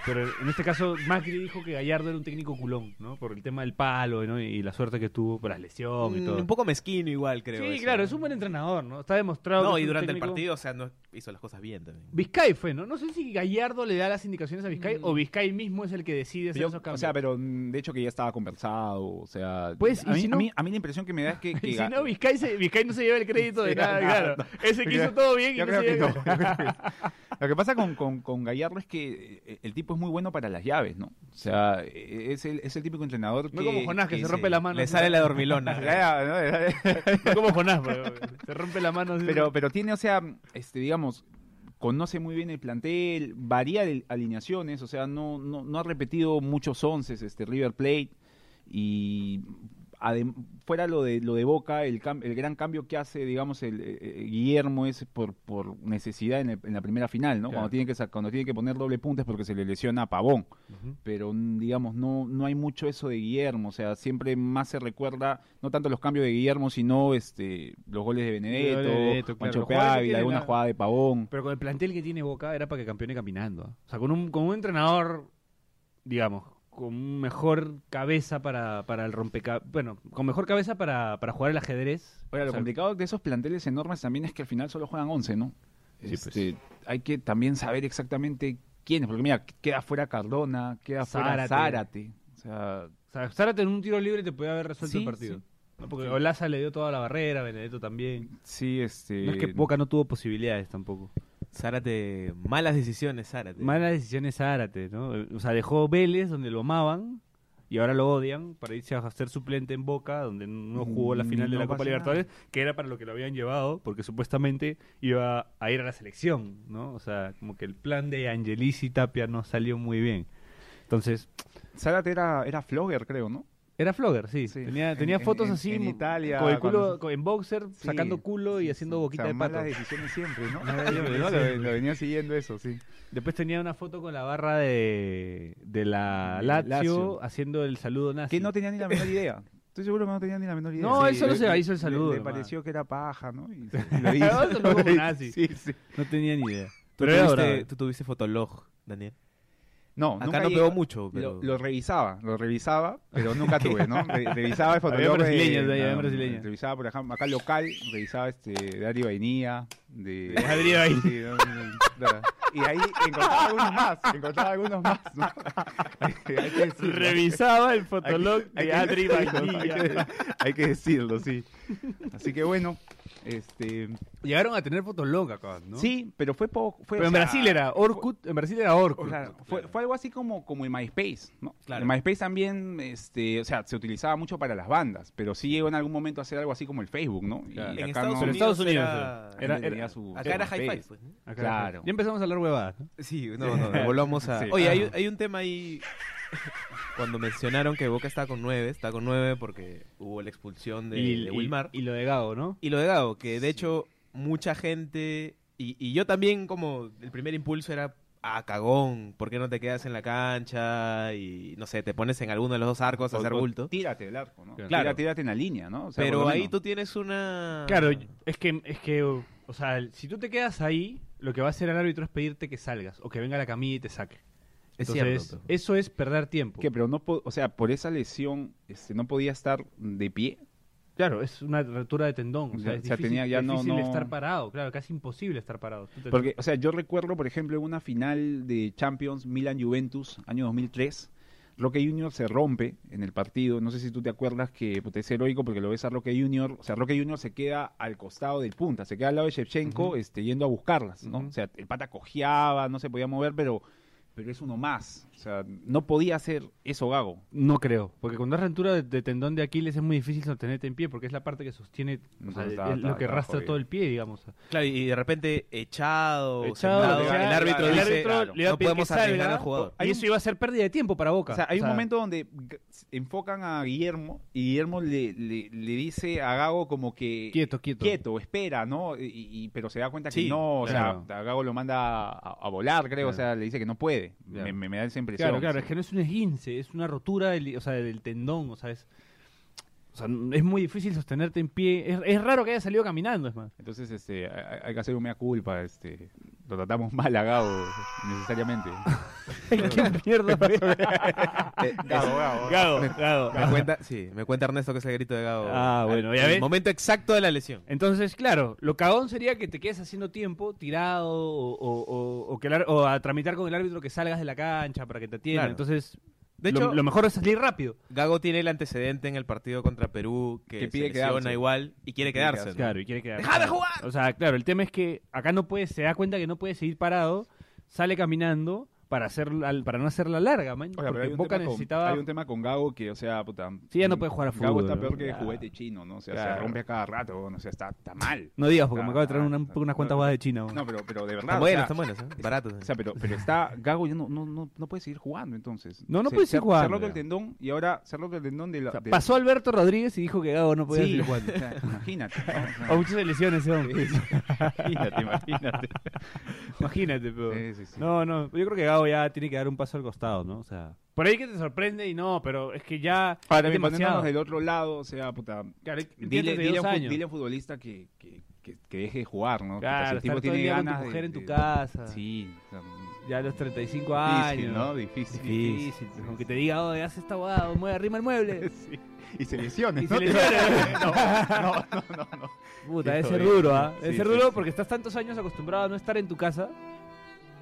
Speaker 2: pero en este caso Macri dijo que Gallardo era un técnico culón, ¿no? Por el tema del palo ¿no? y la suerte que tuvo por las lesiones y
Speaker 6: Mm,
Speaker 2: todo.
Speaker 6: Un poco mezquino igual, creo.
Speaker 2: sí,
Speaker 6: eso,
Speaker 2: claro,
Speaker 6: ¿no?
Speaker 2: es un buen entrenador, ¿no? Está demostrado.
Speaker 6: No,
Speaker 2: que es
Speaker 6: y
Speaker 2: un
Speaker 6: durante
Speaker 2: técnico-
Speaker 6: el partido, o sea, no hizo las cosas bien también.
Speaker 2: Vizcay fue, ¿no? No sé si Gallardo le da las indicaciones a Vizcay o Vizcay mismo es el que decide hacer
Speaker 5: Yo-
Speaker 2: esos
Speaker 5: o
Speaker 2: cambios.
Speaker 5: sea, pero mm, de hecho que ya estaba conversado, o sea,
Speaker 2: Pues,
Speaker 5: a,
Speaker 2: y
Speaker 5: mí,
Speaker 2: si no-
Speaker 5: a, mí, a mí la impresión que me da es que... que
Speaker 2: Y si
Speaker 5: ga-
Speaker 2: no, Vizcay, se- Vizcay no se lleva el crédito de
Speaker 5: Sí,
Speaker 2: nada,
Speaker 5: nada,
Speaker 2: claro. Ese que hizo todo bien y
Speaker 5: Yo
Speaker 2: no
Speaker 5: creo
Speaker 2: se
Speaker 5: que
Speaker 2: lleva-
Speaker 5: no, yo creo que no. Lo que pasa con, con, con Gallardo es que eh, el tipo es muy bueno para las llaves, ¿no? O sea, eh, es el, es el típico entrenador que...
Speaker 2: No como Jonás, que se
Speaker 5: dice-
Speaker 2: rompe la mano.
Speaker 6: Le sale la dormilona.
Speaker 5: Ya, ya, ¿no?
Speaker 2: No como Jonás, pero se rompe la mano. así.
Speaker 5: pero, pero tiene, o sea, este, digamos, conoce muy bien el plantel, varía de alineaciones, o sea, no, no, no ha repetido muchos onces este River Plate y adem- fuera lo de lo de Boca, el, cam- el gran cambio que hace, digamos, el, eh, eh, Guillermo es por, por necesidad en, el- en la primera final, ¿no?
Speaker 2: Claro.
Speaker 5: Cuando tiene que sa- cuando tiene que poner doble punta es porque se le lesiona a Pavón
Speaker 2: Ujú.
Speaker 5: pero mm, digamos, no, no hay mucho eso de Guillermo, o sea, siempre más se recuerda, no tanto los cambios de Guillermo, sino este los goles de Benedetto,
Speaker 2: Los goles de Benedetto, claro.
Speaker 5: Pancho
Speaker 2: Los jugadores que
Speaker 5: Pávila,
Speaker 2: tienen
Speaker 5: alguna
Speaker 2: la-
Speaker 5: jugada de Pavón.
Speaker 2: Pero con el plantel que tiene Boca era para que campeone caminando. ¿ah? O sea, con un, con un entrenador, digamos, con mejor cabeza para, para el rompecabezas. Bueno, con mejor cabeza para, para jugar el ajedrez.
Speaker 5: Ahora, lo
Speaker 2: O sea,
Speaker 5: complicado de esos planteles enormes también es que al final solo juegan 11, ¿no?
Speaker 2: Sí, pues.
Speaker 5: Este, Hay que también saber exactamente quiénes, porque mira, queda fuera Cardona, queda fuera
Speaker 2: Zárate.
Speaker 5: Zárate, o sea,
Speaker 2: O sea, Zárate en un tiro libre te puede haber resuelto
Speaker 5: Sí,
Speaker 2: el partido.
Speaker 5: sí.
Speaker 2: No, porque Olaza le dio toda la barrera, Benedetto también.
Speaker 5: Sí, este.
Speaker 2: No es que Boca no tuvo posibilidades tampoco.
Speaker 5: eh.
Speaker 6: Zárate, malas decisiones, Zárate.
Speaker 2: Malas decisiones a Árate, ¿no? O sea, dejó Vélez donde lo amaban y ahora lo odian para irse a ser suplente en Boca, donde no jugó la final de
Speaker 5: Mm, No
Speaker 2: la Copa
Speaker 5: pasa
Speaker 2: Libertadores, que era para lo que lo habían llevado, porque supuestamente iba a ir a la selección, ¿no? O sea, como que el plan de Angelici y Tapia no salió muy bien. Entonces,
Speaker 5: Zárate era, era flogger, creo, ¿no?
Speaker 2: era flogger, sí.
Speaker 5: Sí.
Speaker 2: Tenía,
Speaker 5: En-
Speaker 2: tenía
Speaker 5: en-
Speaker 2: fotos
Speaker 5: en-
Speaker 2: así
Speaker 5: en
Speaker 2: mo-
Speaker 5: Italia,
Speaker 2: con el culo,
Speaker 5: cuando-
Speaker 2: con- en boxer,
Speaker 5: Sí,
Speaker 2: sacando culo y
Speaker 5: sí,
Speaker 2: haciendo
Speaker 5: sí.
Speaker 2: boquita
Speaker 5: O sea,
Speaker 2: de pato.
Speaker 5: Malas decisiones siempre, ¿no?
Speaker 2: Malas decisiones
Speaker 5: Lo-
Speaker 2: siempre.
Speaker 5: Lo venía siguiendo eso, sí.
Speaker 2: Después tenía una foto con la barra de, de la
Speaker 5: De
Speaker 2: Lazio,
Speaker 5: Lazio.
Speaker 2: haciendo el saludo nazi.
Speaker 5: Que no tenía ni la menor idea. Estoy seguro que no tenía ni la menor idea.
Speaker 2: No, él solo
Speaker 5: le-
Speaker 2: se hizo el
Speaker 5: le-
Speaker 2: saludo,
Speaker 5: Le,
Speaker 2: nomás.
Speaker 5: pareció que era paja, ¿no? Y se-
Speaker 2: Lo
Speaker 5: lo
Speaker 2: hizo.
Speaker 5: hizo.
Speaker 2: Solo como nazi.
Speaker 5: Sí, sí.
Speaker 2: No tenía ni idea.
Speaker 6: Tú,
Speaker 2: Pero era
Speaker 6: tuviste,
Speaker 2: bravo.
Speaker 6: tú tuviste Fotolog, Daniel.
Speaker 5: No,
Speaker 6: Acá
Speaker 5: nunca
Speaker 6: no
Speaker 5: llegué-
Speaker 6: pegó mucho, pero...
Speaker 5: Lo, lo revisaba, lo revisaba, pero nunca tuve, ¿no? Re- revisaba el
Speaker 2: Había
Speaker 5: fotógrafo.
Speaker 2: brasileños, ahí, había brasileños.
Speaker 5: Revisaba, por ejemplo, acá local, revisaba este, de Ari Vainilla, de...
Speaker 2: De Adri Vainilla.
Speaker 5: Sí, no, no, no. Y ahí encontraba algunos más, encontraba algunos más, ¿no? Hay que decirlo.
Speaker 2: Revisaba el
Speaker 5: Hay que-
Speaker 2: fotolog
Speaker 5: hay
Speaker 2: de
Speaker 5: que
Speaker 2: Adri
Speaker 5: decirlo, Hay
Speaker 2: Vainilla.
Speaker 5: que, hay que decirlo, sí. Así que bueno, este...
Speaker 2: Llegaron a tener fotolog acá, ¿no?
Speaker 5: Sí, pero fue poco... Fue,
Speaker 2: Pero
Speaker 5: o
Speaker 2: en
Speaker 5: sea,
Speaker 2: Brasil era Orkut, en Brasil era Orkut.
Speaker 5: Claro, fue, fue algo así como, como en MySpace, ¿no?
Speaker 6: Claro.
Speaker 5: En MySpace también, este, o sea, se utilizaba mucho para las bandas, pero sí llegó en algún momento a hacer algo así como el Facebook, ¿no? Y
Speaker 2: Claro.
Speaker 6: En
Speaker 5: acá
Speaker 6: Estados
Speaker 5: no-
Speaker 2: Pero Estados Unidos
Speaker 6: era-
Speaker 5: acá
Speaker 2: era-
Speaker 5: tenía
Speaker 2: era-
Speaker 5: su-
Speaker 6: Acá era
Speaker 5: su
Speaker 6: Hi-Fi,
Speaker 5: MySpace.
Speaker 6: pues, ¿no?
Speaker 2: Acá,
Speaker 5: claro.
Speaker 2: Ya empezamos a hablar huevadas. ¿no?
Speaker 6: Sí, no, no, no, volvamos a...
Speaker 5: Sí.
Speaker 6: Oye, hay, hay un tema ahí... Cuando mencionaron que Boca estaba con nueve, está con nueve porque hubo la expulsión de,
Speaker 2: y, y-
Speaker 6: de Wilmar.
Speaker 2: y lo de Gago, ¿no?
Speaker 6: Y lo de Gago, que de hecho mucha gente, y, y yo también como el primer impulso era, ah, cagón, ¿por qué no te quedas en la cancha? Y no sé, te pones en alguno de los dos arcos a hacer
Speaker 5: O- o
Speaker 6: bulto.
Speaker 5: Tírate del arco, ¿no?
Speaker 2: Claro.
Speaker 5: Tírate, tírate en la línea, ¿no? O sea, por
Speaker 6: Pero
Speaker 5: lo
Speaker 6: ahí
Speaker 5: menos.
Speaker 6: tú tienes
Speaker 5: Ah.
Speaker 6: una...
Speaker 2: Claro, es que, es que, o o sea, el- si tú te quedas ahí, lo que va a hacer el árbitro es pedirte que salgas o que venga la camilla y te saque.
Speaker 6: Es
Speaker 2: Entonces,
Speaker 6: cierto, pero-
Speaker 2: eso es perder tiempo.
Speaker 5: ¿Qué? Pero no, po- o sea, por esa lesión, este, no podía estar de pie.
Speaker 2: Claro, es una rotura de tendón. O sea,
Speaker 5: Ya-
Speaker 2: es
Speaker 5: ya
Speaker 2: difícil,
Speaker 5: tenía- ya no-
Speaker 2: difícil
Speaker 5: no-
Speaker 2: estar parado. Claro, casi imposible estar parado. Tú te-
Speaker 5: Porque, o sea, yo recuerdo, por ejemplo, en una final de Champions Milan-Juventus, año 2003, Roque Junior se rompe en el partido. No sé si tú te acuerdas que puta, es heroico porque lo ves a Roque Junior. O sea, Roque Junior se queda al costado del punta, se queda al lado de Shevchenko este, yendo a buscarlas, ¿no?
Speaker 2: Ujú.
Speaker 5: O sea, el pata cojeaba, no se podía mover, pero, pero es uno más. O sea, no podía hacer eso Gago.
Speaker 2: No creo, porque cuando es rentura de, de tendón de Aquiles es muy difícil sostenerte en pie porque es la parte que sostiene, o sea,
Speaker 5: Entonces, está-
Speaker 2: es lo
Speaker 5: está-
Speaker 2: que
Speaker 5: está
Speaker 2: arrastra
Speaker 5: jodido.
Speaker 2: todo el pie, digamos.
Speaker 6: Claro, y de repente echado,
Speaker 2: Echado,
Speaker 6: sentado,
Speaker 5: claro,
Speaker 6: el árbitro
Speaker 5: claro,
Speaker 6: dice,
Speaker 5: árbitro
Speaker 6: "Claro,
Speaker 2: le va a
Speaker 6: no
Speaker 2: pedir que
Speaker 6: podemos
Speaker 2: salga,
Speaker 6: arriesgar al jugador.
Speaker 2: Y
Speaker 5: Hay
Speaker 2: eso iba a ser pérdida de tiempo para Boca.
Speaker 5: O sea, hay un momento donde g- s- enfocan a Guillermo y Guillermo le, le- le dice a Gago como que...
Speaker 2: Quieto, quieto.
Speaker 5: Quieto, espera, ¿no? Y, y- pero se da cuenta
Speaker 6: Sí,
Speaker 5: que no, o
Speaker 2: claro.
Speaker 5: sea, a Gago lo manda a, a volar, creo,
Speaker 2: Claro.
Speaker 5: o sea, le dice que no puede.
Speaker 2: Claro.
Speaker 5: Me, me- me da esa impresión.
Speaker 2: Claro, claro, es que no es un esguince, es una rotura del, o sea, del tendón, o sea, es, o sea, n- es muy difícil sostenerte en pie. Es, es raro que haya salido caminando, es más.
Speaker 5: Entonces, este, hay, hay que hacer un mea culpa, este, lo tratamos mal a Gago, necesariamente.
Speaker 2: ¿Qué mierda fue?
Speaker 5: Gago, Gago.
Speaker 2: Gago, Gago.
Speaker 6: Me cuenta, sí, me cuenta Ernesto que es el grito de Gago.
Speaker 2: Ah, bueno, ya
Speaker 6: En
Speaker 2: ves.
Speaker 6: El momento exacto de la lesión.
Speaker 2: Entonces, claro, lo cagón sería que te quedes haciendo tiempo tirado o, o- o- o que el ar- o a tramitar con el árbitro que salgas de la cancha para que te atienda.
Speaker 6: Claro.
Speaker 2: Entonces,
Speaker 6: De
Speaker 2: lo-
Speaker 6: hecho,
Speaker 2: lo, mejor es salir rápido.
Speaker 6: Gago tiene el antecedente en el partido contra Perú que,
Speaker 5: Que
Speaker 6: pide
Speaker 5: pide
Speaker 6: se lesiona
Speaker 5: quedarse.
Speaker 6: igual y quiere
Speaker 5: Quiere
Speaker 6: quedarse.
Speaker 5: quedarse.
Speaker 6: ¿no?
Speaker 2: Claro, y quiere quedar.
Speaker 6: ¡Deja de
Speaker 2: Claro.
Speaker 6: jugar!
Speaker 2: O sea, claro, el tema es que acá no puede, se da cuenta que no puede seguir parado, sale caminando para hacer al- para no hacerla larga, man.
Speaker 5: Oiga, pero
Speaker 2: porque
Speaker 5: hay un
Speaker 2: Boca
Speaker 5: tema con-
Speaker 2: necesitaba.
Speaker 5: hay un tema con Gago que, o sea, puta. mm,
Speaker 2: Sí, ya no puede jugar a
Speaker 5: Gago
Speaker 2: fútbol,
Speaker 5: está peor
Speaker 2: ¿no?
Speaker 5: que
Speaker 2: Claro.
Speaker 5: juguete chino, ¿no? O sea,
Speaker 2: Claro.
Speaker 5: se rompe a cada rato, ¿no? o sea, está, está mal.
Speaker 2: No digas, porque me acabo de traer
Speaker 5: Ah,
Speaker 2: una-
Speaker 5: ah,
Speaker 2: unas cuantas
Speaker 5: no,
Speaker 2: guadas de China.
Speaker 5: No, pero, pero de verdad.
Speaker 6: Están
Speaker 5: o
Speaker 6: buenos,
Speaker 5: sea,
Speaker 6: están buenos, ¿eh? baratos.
Speaker 5: O sea, pero, pero está Gago ya no, no, no, no puede seguir jugando entonces.
Speaker 2: No, no
Speaker 5: Se-
Speaker 2: puede
Speaker 5: se-
Speaker 2: seguir jugando,
Speaker 5: Se ha roto
Speaker 2: ya.
Speaker 5: el tendón y ahora se ha roto el tendón de la.
Speaker 2: O sea,
Speaker 5: de-
Speaker 2: pasó Alberto Rodríguez y dijo que Gago no podía
Speaker 5: Sí,
Speaker 2: seguir
Speaker 5: o sea, imagínate. ¿no? O sea,
Speaker 2: jugando. O muchas lesiones ese hombre.
Speaker 5: imagínate, imagínate.
Speaker 2: Imagínate, pero.
Speaker 5: Sí, sí, sí.
Speaker 2: No, no, yo creo que Gago ya tiene que dar un paso al costado, ¿no? O sea, por ahí que te sorprende y no, pero es que ya
Speaker 5: Para
Speaker 2: es
Speaker 5: mí,
Speaker 2: demasiado.
Speaker 5: poniéndonos del otro lado, o sea, puta.
Speaker 2: Claro,
Speaker 5: Dile,
Speaker 2: entiéndete,
Speaker 5: dile a
Speaker 2: dos
Speaker 5: un, fu-
Speaker 2: años.
Speaker 5: dile a un futbolista que, que, que, que deje de jugar, ¿no? Puta,
Speaker 2: Claro,
Speaker 5: si el tipo
Speaker 2: estar todo
Speaker 5: tiene
Speaker 2: el día con tu
Speaker 5: ganas de-
Speaker 2: mujer en
Speaker 5: de-
Speaker 2: tu casa.
Speaker 5: Sí. o sea,
Speaker 2: Ya a los 35
Speaker 5: difícil,
Speaker 2: años.
Speaker 5: ¿no? Difícil.
Speaker 2: Difícil. pues, Como que te diga, oh, haz esta guada, mueve, arrima el mueble.
Speaker 5: Sí. Y se lesione.
Speaker 2: Y
Speaker 5: ¿no?
Speaker 2: se lesiona.
Speaker 5: No, no, no, no.
Speaker 2: Puta, debe
Speaker 5: Esto
Speaker 2: ser
Speaker 5: bien.
Speaker 2: duro, ¿ah? Debe
Speaker 5: Sí,
Speaker 2: ser
Speaker 5: sí,
Speaker 2: duro
Speaker 5: sí.
Speaker 2: porque estás tantos años acostumbrado a no estar en tu casa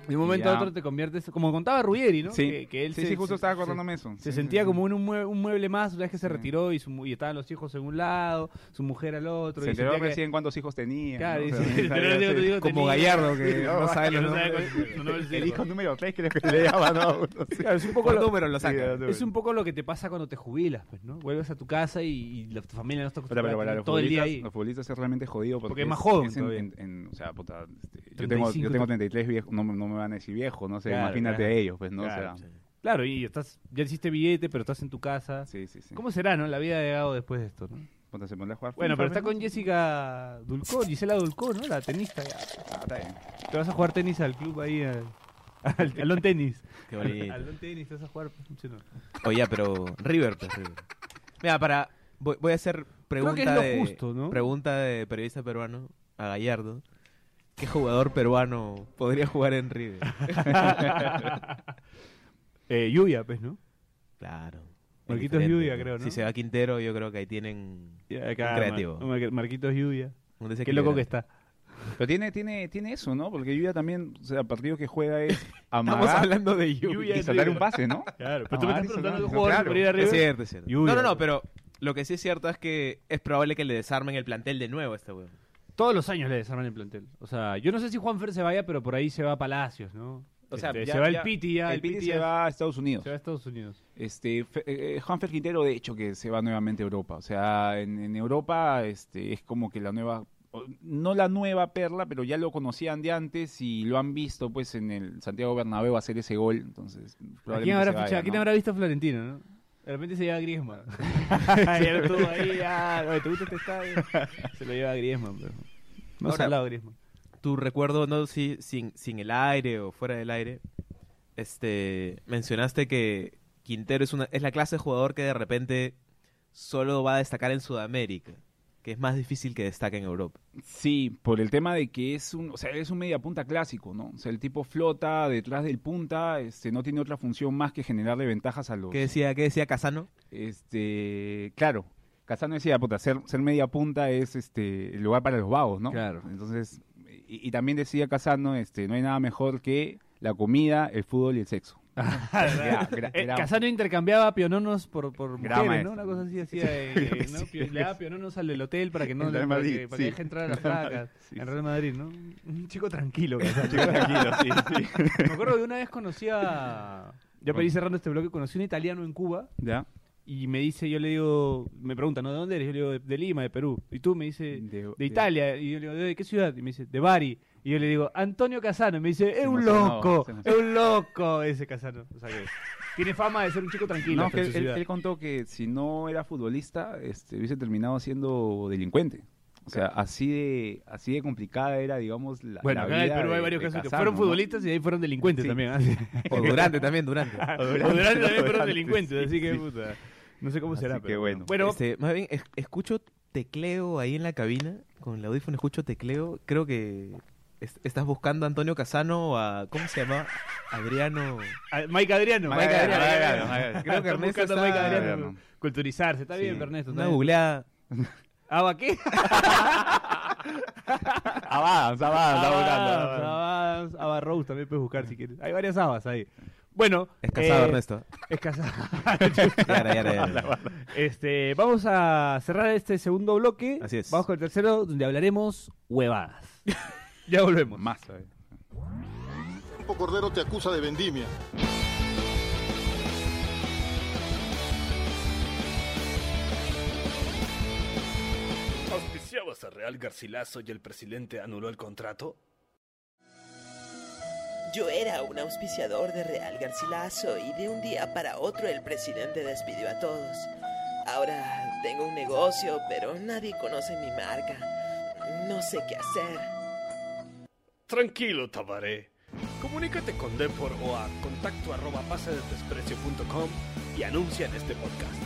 Speaker 2: De un momento
Speaker 5: Ya.
Speaker 2: a otro te conviertes, como contaba Rubieri, ¿no?
Speaker 5: Sí,
Speaker 2: que, que él
Speaker 5: sí,
Speaker 2: se,
Speaker 5: sí, justo
Speaker 2: se-
Speaker 5: estaba
Speaker 2: se-
Speaker 5: acordándome eso.
Speaker 2: Se
Speaker 5: Sí,
Speaker 2: sentía
Speaker 5: sí,
Speaker 2: como
Speaker 5: sí.
Speaker 2: un, mue- un mueble más una vez que se
Speaker 5: Sí.
Speaker 2: retiró y, su mu- y estaban los hijos en un lado, su mujer al otro.
Speaker 5: Se
Speaker 2: y
Speaker 5: enteró
Speaker 2: sentía que-
Speaker 5: recién cuántos hijos tenía.
Speaker 2: Claro,
Speaker 5: ¿no?
Speaker 2: y
Speaker 5: O sea,
Speaker 2: se- se enteró
Speaker 5: sabía,
Speaker 2: recién
Speaker 5: sí.
Speaker 2: cuando dijo,
Speaker 5: Como
Speaker 2: tenía-
Speaker 5: Gallardo, que no sabe
Speaker 2: que
Speaker 5: los
Speaker 2: no sabe
Speaker 5: nombres.
Speaker 2: cuál- los nombres del
Speaker 5: El
Speaker 2: hijo.
Speaker 5: hijo número 3 creo que le llaman. ¿no? Sí.
Speaker 2: Claro, es un poco
Speaker 6: Por
Speaker 2: lo-
Speaker 6: número lo saca.
Speaker 5: Sí,
Speaker 2: Es un poco lo que te pasa cuando te jubilas, pues, ¿no? Vuelves a tu casa y, y la tu familia no está
Speaker 5: Puta, pero
Speaker 2: acostumbrada
Speaker 5: para
Speaker 2: a tener
Speaker 5: los
Speaker 2: todo el día
Speaker 5: futbolistas,
Speaker 2: ahí.
Speaker 5: los futbolistas es realmente jodido porque,
Speaker 2: Porque es más joven
Speaker 5: en-
Speaker 2: todavía.
Speaker 5: en- en- o sea, puta, este, yo, tengo, yo
Speaker 2: 35,
Speaker 5: tengo 33 viejos, no, no me van a decir viejo, no sé,
Speaker 2: Claro,
Speaker 5: imagínate
Speaker 2: claro.
Speaker 5: ellos, pues, ¿no?
Speaker 2: Claro,
Speaker 5: o sea,
Speaker 2: Claro, y estás, ya hiciste billete, pero estás en tu casa.
Speaker 5: sí, sí, sí.
Speaker 2: ¿Cómo será, no? La vida de Gabo después de esto, ¿no?
Speaker 5: Puta, se pondrá a jugar
Speaker 2: Bueno,
Speaker 5: FIFA,
Speaker 2: pero está
Speaker 5: pues,
Speaker 2: con Jessica Dulcó, Gisela Dulcó, ¿no? La tenista. ya.
Speaker 5: ¿no? Ah, está bien.
Speaker 2: Te vas a jugar tenis al club ahí, al, al, al lawn tenis.
Speaker 6: Qué bonito.
Speaker 2: Al lawn tenis te vas a jugar. pues, sí, no.
Speaker 6: Oye, pero River, pues River. Mira, para voy, voy a hacer pregunta
Speaker 2: que es lo
Speaker 6: de
Speaker 2: justo, ¿no?
Speaker 6: pregunta de periodista peruano a Gallardo. ¿Qué jugador peruano podría jugar en River?
Speaker 2: Eh, Lluvia, pues, ¿no?
Speaker 6: Claro. es
Speaker 2: Marquitos
Speaker 6: diferente,
Speaker 2: Lluvia,
Speaker 6: ¿no?
Speaker 2: creo, ¿no?
Speaker 6: Si se va Quintero, yo creo que ahí tienen
Speaker 2: acá,
Speaker 6: Un creativo.
Speaker 2: Mar- Mar- Marquitos Lluvia. Qué
Speaker 6: un
Speaker 2: loco que
Speaker 6: desequilibrante.
Speaker 2: está.
Speaker 5: Pero tiene, tiene, tiene eso, ¿no? Porque Lluvia también, o sea, partido que juega es
Speaker 6: Estamos
Speaker 5: amagar
Speaker 6: hablando de Lluvia.
Speaker 2: Lluvia
Speaker 5: y
Speaker 2: en
Speaker 5: saltar
Speaker 2: River.
Speaker 5: un pase, ¿no?
Speaker 2: Claro,
Speaker 5: pero tú me estás preguntando de un jugador superior a
Speaker 6: Es cierto, es cierto.
Speaker 2: Lluvia.
Speaker 6: No, no, no, pero lo que sí es cierto es que es probable que le desarmen el plantel de nuevo a este weón.
Speaker 2: Todos los años le desarman el plantel. O sea, yo no sé si Juanfer se vaya, pero por ahí se va a Palacios, ¿no?
Speaker 5: O sea,
Speaker 2: Este,
Speaker 5: ya-
Speaker 2: se va
Speaker 5: ya-
Speaker 2: el Piti ya.
Speaker 5: El Piti se
Speaker 2: ya-
Speaker 5: va a Estados Unidos.
Speaker 2: se va a Estados Unidos.
Speaker 5: Este, Fe- eh, Juan Fer Quintero, de hecho, que se va nuevamente a Europa. O sea, en, en Europa este, es como que la nueva, o- no la nueva perla, pero ya lo conocían de antes y lo han visto pues en el Santiago Bernabéu hacer ese gol. Entonces,
Speaker 2: ¿A
Speaker 5: probablemente
Speaker 2: quién habrá
Speaker 5: se vaya,
Speaker 2: fichado? ¿A quién
Speaker 5: ¿no?
Speaker 2: habrá visto Florentino, no? De repente se lleva a Griezmann. ya lo tuvo ahí, ya. Oye, ¿te gusta este estadio? Se lo lleva a Griezmann, pero. No se
Speaker 6: Ahora-
Speaker 2: ha hablado de Griezmann.
Speaker 6: tu recuerdo, no si, sin, sin el aire o fuera del aire, este mencionaste que Quintero es una, es la clase de jugador que de repente solo va a destacar en Sudamérica, que es más difícil que destaque en Europa.
Speaker 5: Sí, por el tema de que es un, o sea, es un mediapunta clásico, ¿no? O sea, el tipo flota detrás del punta, este, no tiene otra función más que generarle ventajas a los,
Speaker 6: ¿Qué decía, qué decía Casano?
Speaker 5: este, claro. Casano decía, puta, ser, ser media punta es este el lugar para los vagos, ¿no?
Speaker 2: Claro.
Speaker 5: Entonces, y, y también decía Casano, este, no hay nada mejor que la comida, el fútbol y el sexo. Era- era-
Speaker 2: Eh,
Speaker 5: era-
Speaker 2: Casano intercambiaba piononos por, por
Speaker 5: Gran
Speaker 2: mujeres, ¿no?
Speaker 5: maestro.
Speaker 2: Una cosa así hacía. eh, eh, ¿no? Pio- Le daba piononos al del hotel para que no
Speaker 5: En Real
Speaker 2: para que-
Speaker 5: Madrid,
Speaker 2: para que
Speaker 5: sí.
Speaker 2: deje entrar a las placas.
Speaker 5: Sí,
Speaker 2: en
Speaker 5: sí.
Speaker 2: Real Madrid, ¿no? Un chico tranquilo, Casano.
Speaker 5: Chico, tranquilo, sí, sí.
Speaker 2: Me acuerdo que una vez conocí a. Ya pedí cerrando este bloque, conocí a un italiano en Cuba
Speaker 5: ¿Ya?
Speaker 2: y me dice, yo le digo, me pregunta, ¿no? ¿De dónde eres? Yo le digo, de, de Lima, de Perú. Y tú me dice, de,
Speaker 5: de-
Speaker 2: Italia. Y yo le digo, ¿de qué ciudad? Y me dice, de Bari. Y yo le digo, Antonio Casano. Y me dice, es un
Speaker 5: emocionó,
Speaker 2: loco,
Speaker 5: se
Speaker 2: es un loco ese Casano. O sea que tiene fama de ser un chico tranquilo.
Speaker 5: No,
Speaker 2: hasta
Speaker 5: que
Speaker 2: en
Speaker 5: él,
Speaker 2: su
Speaker 5: él-
Speaker 2: ciudad.
Speaker 5: él contó que si no era futbolista, este, hubiese terminado siendo delincuente. O sea, así de, así de complicada era, digamos, la
Speaker 2: bueno,
Speaker 5: la
Speaker 2: acá en el
Speaker 5: vida
Speaker 2: Perú
Speaker 5: de-
Speaker 2: hay varios
Speaker 5: de
Speaker 2: casos que
Speaker 5: Casano,
Speaker 2: fueron
Speaker 5: ¿no?
Speaker 2: futbolistas y ahí fueron delincuentes
Speaker 5: Sí.
Speaker 2: también. así.
Speaker 6: O Durante también, Durante.
Speaker 2: O Durante también fueron delincuentes, así que puta, No sé cómo
Speaker 5: Así
Speaker 2: será,
Speaker 5: que
Speaker 2: pero
Speaker 5: bueno.
Speaker 2: Bueno,
Speaker 6: Este, más bien, es- escucho tecleo ahí en la cabina, con el audífono escucho tecleo, creo que es- estás buscando a Antonio Casano o a, ¿cómo se llama? Adriano...
Speaker 2: a- Mike Adriano.
Speaker 5: Mike
Speaker 2: Mike
Speaker 5: Adriano,
Speaker 2: Adriano.
Speaker 5: Mike Adriano.
Speaker 6: Creo que
Speaker 2: Están
Speaker 6: Ernesto
Speaker 2: buscando a
Speaker 6: está-
Speaker 2: Mike Adriano.
Speaker 5: Adriano.
Speaker 2: Culturizarse, está bien,
Speaker 5: Sí.
Speaker 2: Ernesto. está
Speaker 6: Una
Speaker 2: bien.
Speaker 6: googleada...
Speaker 2: ¿Aba qué?
Speaker 5: Avanza, avanza, avanza,
Speaker 2: Abas,
Speaker 5: avanza.
Speaker 2: Abas, Aba Rose también puedes buscar si quieres. Hay varias Abas ahí. Bueno.
Speaker 6: Es casado,
Speaker 2: eh,
Speaker 6: Ernesto.
Speaker 2: Es casado.
Speaker 6: Ya era, ya era, ya era.
Speaker 2: este, vamos a cerrar este segundo bloque.
Speaker 6: Así es.
Speaker 2: Vamos con el tercero, donde hablaremos huevadas. ya volvemos.
Speaker 5: Más, ¿sabes?
Speaker 1: Grupo Cordero te acusa de vendimia.
Speaker 7: ¿Auspiciabas a Real Garcilaso y el presidente anuló el contrato?
Speaker 8: Yo era un auspiciador de Real Garcilaso y de un día para otro el presidente despidió a todos. Ahora tengo un negocio, pero nadie conoce mi marca. No sé qué hacer.
Speaker 7: Tranquilo, Tabaré. Comunícate con Depor o a contacto arroba pasadesprecio.com y anuncia en este podcast.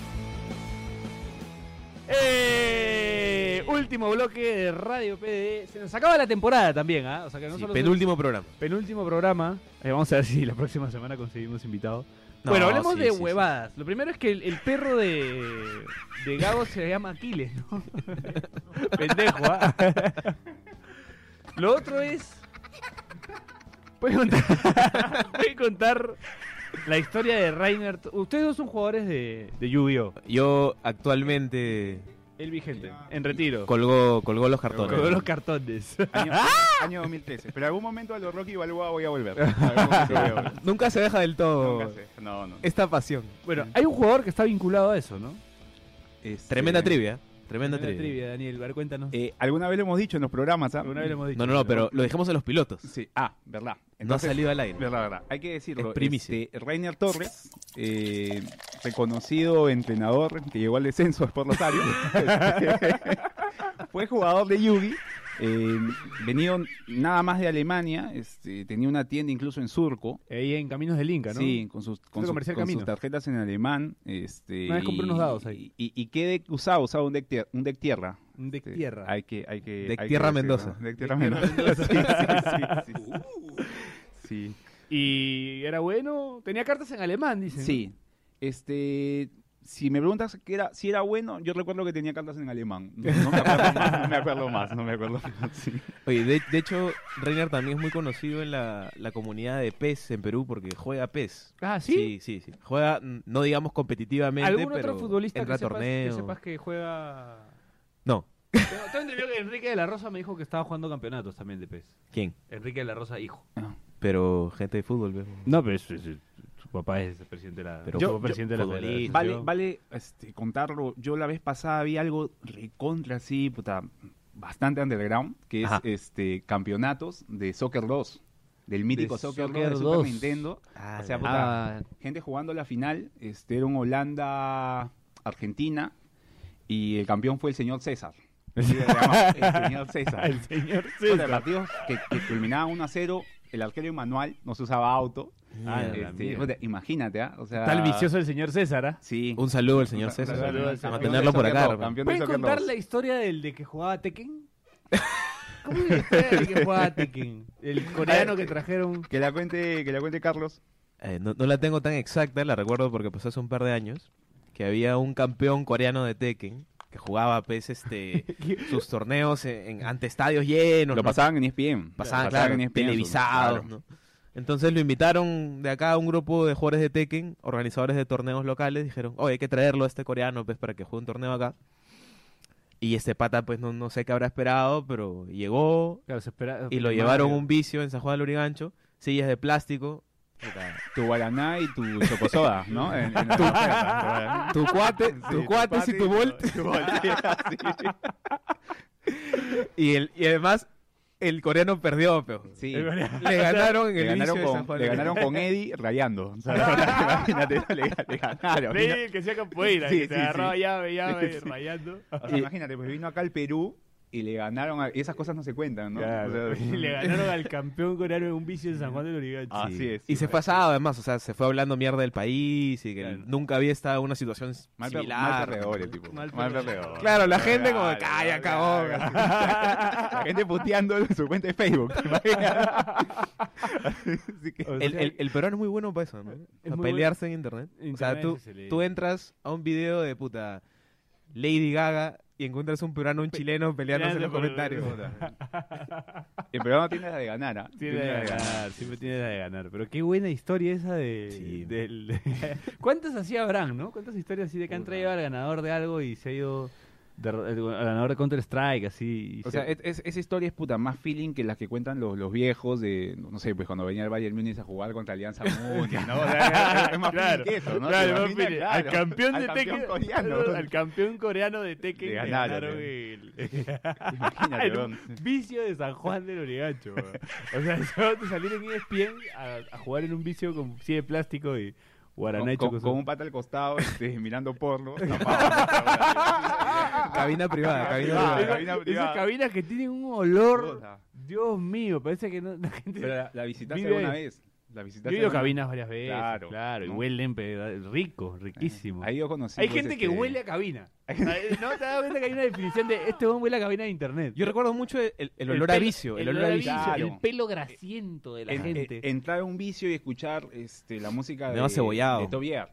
Speaker 2: Eh, último bloque de Radio PD. Se nos acaba la temporada también, ¿ah? O sea que no
Speaker 6: Sí,
Speaker 2: solo
Speaker 6: penúltimo programa.
Speaker 2: penúltimo programa. Eh, vamos a ver si la próxima semana conseguimos invitado. bueno,
Speaker 6: No,
Speaker 2: hablemos
Speaker 6: sí,
Speaker 2: de
Speaker 6: sí, sí.
Speaker 2: huevadas. Lo primero es que el, el perro de, de Gago se llama Aquiles, ¿no? Pendejo, ¿ah? Lo otro es Puede contar, puede contar la historia de Reinhardt. Ustedes dos son jugadores de, de Yu-Gi-Oh!
Speaker 6: Yo actualmente
Speaker 2: El vigente, en retiro.
Speaker 6: colgó, colgó los cartones.
Speaker 2: Con los cartones.
Speaker 5: Año, año 2013. Pero algún momento a los Rocky Balboa voy a volver. Algún momento voy a volver.
Speaker 6: Nunca se deja del todo
Speaker 5: Nunca sé. No, no.
Speaker 6: esta pasión.
Speaker 2: Bueno, hay un jugador que está vinculado a eso, ¿no?
Speaker 5: Este,
Speaker 6: Tremenda trivia. ¿eh? Tremenda,
Speaker 2: Tremenda
Speaker 6: trivia.
Speaker 2: trivia, Daniel. A ver, cuéntanos.
Speaker 5: eh, alguna vez lo hemos dicho en los programas, ¿ah?
Speaker 2: Alguna vez lo hemos dicho.
Speaker 6: No, no, no, pero lo dejamos en los pilotos.
Speaker 5: Sí. Ah, verdad.
Speaker 6: no ha
Speaker 5: Entonces,
Speaker 6: salido al aire.
Speaker 5: Verdad, verdad. Hay que decirlo.
Speaker 6: Es primicia.
Speaker 5: Este, Rainer Torres, eh, reconocido entrenador que llegó al descenso por Rosario, fue jugador de Yugi, eh, venido nada más de Alemania, este, tenía una tienda incluso en Surco.
Speaker 2: Ahí en Caminos del Inca, ¿no?
Speaker 5: Sí, con sus,
Speaker 2: Centro
Speaker 5: con sus-
Speaker 2: Comercial
Speaker 5: con sus
Speaker 2: Camino.
Speaker 5: tarjetas en alemán. Este,
Speaker 2: Una vez compré unos dados ahí.
Speaker 5: Y, y- y qué deck usaba, usaba un deck, tier- un deck tierra.
Speaker 2: Un deck
Speaker 5: Este,
Speaker 2: tierra.
Speaker 5: Hay que, hay que,
Speaker 6: Deck
Speaker 5: hay que
Speaker 6: tierra
Speaker 5: decirlo.
Speaker 6: Mendoza.
Speaker 5: Deck tierra Mendoza. Sí, sí, sí, sí. Sí.
Speaker 2: Y era bueno. Tenía cartas en alemán, dicen.
Speaker 5: Sí. Este, si me preguntas que era, si era bueno, yo recuerdo que tenía cartas en alemán. No, no me acuerdo más, no me acuerdo más, no me acuerdo más, sí.
Speaker 6: Oye, de, de hecho, Reiner también es muy conocido en la, la comunidad de PES en Perú porque juega PES.
Speaker 2: Ah, ¿sí?
Speaker 6: Sí, sí, sí. Juega, mm, no digamos competitivamente,
Speaker 2: ¿Algún
Speaker 6: pero
Speaker 2: otro futbolista que
Speaker 6: entra a
Speaker 2: sepas, que
Speaker 6: torneos.
Speaker 2: sepas que juega...?
Speaker 6: No.
Speaker 2: Tengo, tengo entendido que Enrique de la Rosa me dijo que estaba jugando campeonatos también de PES.
Speaker 6: ¿Quién?
Speaker 2: Enrique de la Rosa, hijo.
Speaker 6: Pero gente de fútbol, veo.
Speaker 2: No, pero su papá es presidente de la...
Speaker 6: Pero
Speaker 2: Pero
Speaker 6: fue
Speaker 2: presidente de la
Speaker 6: federación.
Speaker 5: Vale, vale este, contarlo. Yo la vez pasada vi algo recontra así, puta, bastante underground, que es
Speaker 6: Ajá.
Speaker 5: este campeonatos de Soccer 2, del mítico Soccer, 2 de
Speaker 2: Soccer
Speaker 5: Super
Speaker 2: 2.
Speaker 5: Nintendo.
Speaker 6: Ah,
Speaker 5: o sea,
Speaker 6: la-
Speaker 5: puta, gente jugando la final, este era un Holanda Argentina y el campeón fue el señor César. Sí, se llama el señor
Speaker 6: Ah,
Speaker 5: César.
Speaker 2: El señor
Speaker 5: Puta, partidos que, que culminaba 1 a 0, el arquero manual, no se usaba auto.
Speaker 2: Ah,
Speaker 5: Este,
Speaker 2: la mierda.
Speaker 5: puta, imagínate, ¿ah, o sea,
Speaker 2: Está el vicioso el señor César, ¿ah?
Speaker 5: Sí.
Speaker 6: Un saludo al señor
Speaker 5: Un
Speaker 6: César.
Speaker 5: saludo al
Speaker 6: Vamos a
Speaker 5: campeón
Speaker 6: tenerlo
Speaker 5: de
Speaker 6: por
Speaker 5: soccer
Speaker 6: acá.
Speaker 5: dos,
Speaker 6: Rafa.
Speaker 5: campeón de
Speaker 2: ¿Pueden
Speaker 5: soccer
Speaker 2: contar
Speaker 5: dos.
Speaker 2: la historia del de que jugaba Tekken? ¿Cómo es la historia del que jugaba Tekken? El coreano que trajeron...
Speaker 5: Que la cuente, que la cuente Carlos.
Speaker 6: Eh, no, no la tengo tan exacta, la recuerdo porque pasó hace un par de años, que había un campeón coreano de Tekken que jugaba pues, este, sus torneos en, en- ante estadios llenos,
Speaker 5: Lo
Speaker 6: ¿no?
Speaker 5: pasaban en ESPN.
Speaker 6: pasaban, E
Speaker 5: Lo
Speaker 6: claro,
Speaker 5: en E ESPN,
Speaker 6: televisados.
Speaker 5: claro.
Speaker 6: ¿no? Entonces lo invitaron de acá a un grupo de jugadores de Tekken, organizadores de torneos locales, dijeron, oye, hay que traerlo a este coreano pues, para que juegue un torneo acá. Y este pata, pues no, no sé qué habrá esperado, pero llegó,
Speaker 2: Claro, se espera-
Speaker 6: y lo llevaron a un vicio en San Juan del Urigancho, sillas de plástico.
Speaker 5: Tu guaraná y tu chocosoda, ¿no? En- en la oferta.
Speaker 6: Tu cuate,
Speaker 5: Sí,
Speaker 6: tu cuates y tu volt.
Speaker 5: tu volt, sí.
Speaker 6: Y, el, y además, el coreano perdió, peo.
Speaker 5: Sí.
Speaker 6: Le ganaron en
Speaker 5: Le
Speaker 6: el
Speaker 5: ganaron,
Speaker 6: vicio de San
Speaker 5: con,
Speaker 6: Juan.
Speaker 5: le ganaron con Eddie rayando. O sea, imagínate, le, le ganaron.
Speaker 2: Sí, el que hacía capoeira,
Speaker 5: Sí,
Speaker 2: que se
Speaker 5: sí,
Speaker 2: agarraba
Speaker 5: sí.
Speaker 2: llave, llave,
Speaker 5: Sí.
Speaker 2: rayando.
Speaker 5: O sea, imagínate, pues vino acá al Perú y le ganaron. A... Esas cosas no se cuentan, ¿no? O sea,
Speaker 2: Y le ganaron al campeón coreano en un vicio en San Juan del Origancho.
Speaker 6: Ah,
Speaker 5: así Ah, es.
Speaker 6: Y se fue asado, además. O sea, se fue hablando mierda del país y que
Speaker 2: Claro.
Speaker 6: nunca había estado en una situación
Speaker 5: Mal, per- mal
Speaker 6: similar.
Speaker 5: perdedor el tipo.
Speaker 2: Mal
Speaker 5: Mal,
Speaker 2: perdedor.
Speaker 5: perdedor.
Speaker 6: Claro, la gente como,
Speaker 5: Claro,
Speaker 6: "Calla,
Speaker 5: claro,
Speaker 6: cagón".
Speaker 5: claro. La gente puteando en su cuenta de Facebook. ¿te imaginas? Así que-
Speaker 2: O sea,
Speaker 6: el, el, el peruano es muy bueno para eso, ¿no? Para
Speaker 2: muy
Speaker 6: pelearse en internet. O sea,
Speaker 2: Internet
Speaker 6: tú,
Speaker 2: es el-
Speaker 6: tú entras a un video de puta Lady Gaga y encuentras un peruano, un chileno peleándose en los
Speaker 2: peleando
Speaker 6: comentarios.
Speaker 2: con-
Speaker 5: El programa tiene la de ganar, ¿ah?
Speaker 2: Tiene
Speaker 5: la
Speaker 2: la de ganar, siempre tiene la de ganar. Pero qué buena historia esa de.
Speaker 6: Sí.
Speaker 2: del- de- ¿Cuántas así habrán, no? ¿Cuántas historias así de que han traído al ganador de algo y se ha ido. de- al ganador de Counter-Strike, así. y se-
Speaker 5: O sea, es- es- esa historia es puta más feeling que las que cuentan los, los viejos de, no sé, pues cuando venía el Bayern Múnich a jugar contra Alianza Múnich, ¿no? O sea, es, es más
Speaker 2: Claro,
Speaker 5: feeling que eso, ¿no?
Speaker 2: claro,
Speaker 5: Te
Speaker 2: no,
Speaker 5: imaginas,
Speaker 2: mire,
Speaker 5: claro,
Speaker 2: al campeón de
Speaker 5: al campeón
Speaker 2: Tekken,
Speaker 5: coreano.
Speaker 2: al campeón coreano de Tekken le
Speaker 5: Le ganaron,
Speaker 2: ganaron
Speaker 5: eh.
Speaker 2: el-
Speaker 5: Imagínate,
Speaker 2: en un
Speaker 5: weón.
Speaker 2: vicio de San Juan del Origancho. weón. O sea, se van a salir en E ESPN a, a jugar en un vicio con sí de plástico y guaraná
Speaker 5: Con,
Speaker 2: y
Speaker 5: con-
Speaker 2: chocosón.
Speaker 5: con un pata al costado, este, mirando porno. privada.
Speaker 6: cabina privada, cabina privada.
Speaker 2: Esas-
Speaker 5: cabina privada.
Speaker 2: Ah, Esas cabinas que tienen un olor.
Speaker 5: Puta.
Speaker 2: Dios mío, parece que no, la gente.
Speaker 5: Pero la, la visitaste
Speaker 2: Vive
Speaker 5: alguna
Speaker 2: ahí.
Speaker 5: vez. La
Speaker 2: Yo
Speaker 5: visitaste
Speaker 2: he ido a
Speaker 5: alguna-
Speaker 2: cabinas varias veces. Claro,
Speaker 5: Claro,
Speaker 2: y
Speaker 5: ¿no?
Speaker 2: huelen pe- rico, riquísimo.
Speaker 5: Ahí yo conocí.
Speaker 2: Hay
Speaker 5: pues,
Speaker 2: gente que
Speaker 5: este,
Speaker 2: huele a cabina. O sea, No te das cuenta que hay una definición de este buen huele a cabina de internet.
Speaker 6: Yo recuerdo mucho el, el olor a
Speaker 2: pelo-
Speaker 6: vicio. El,
Speaker 2: el
Speaker 6: olor a vicio.
Speaker 5: Claro.
Speaker 2: El pelo grasiento de la
Speaker 5: en-
Speaker 2: gente.
Speaker 5: en- entrar a un vicio y escuchar este, la música de,
Speaker 6: Medio cebollado.
Speaker 5: de Top Gear.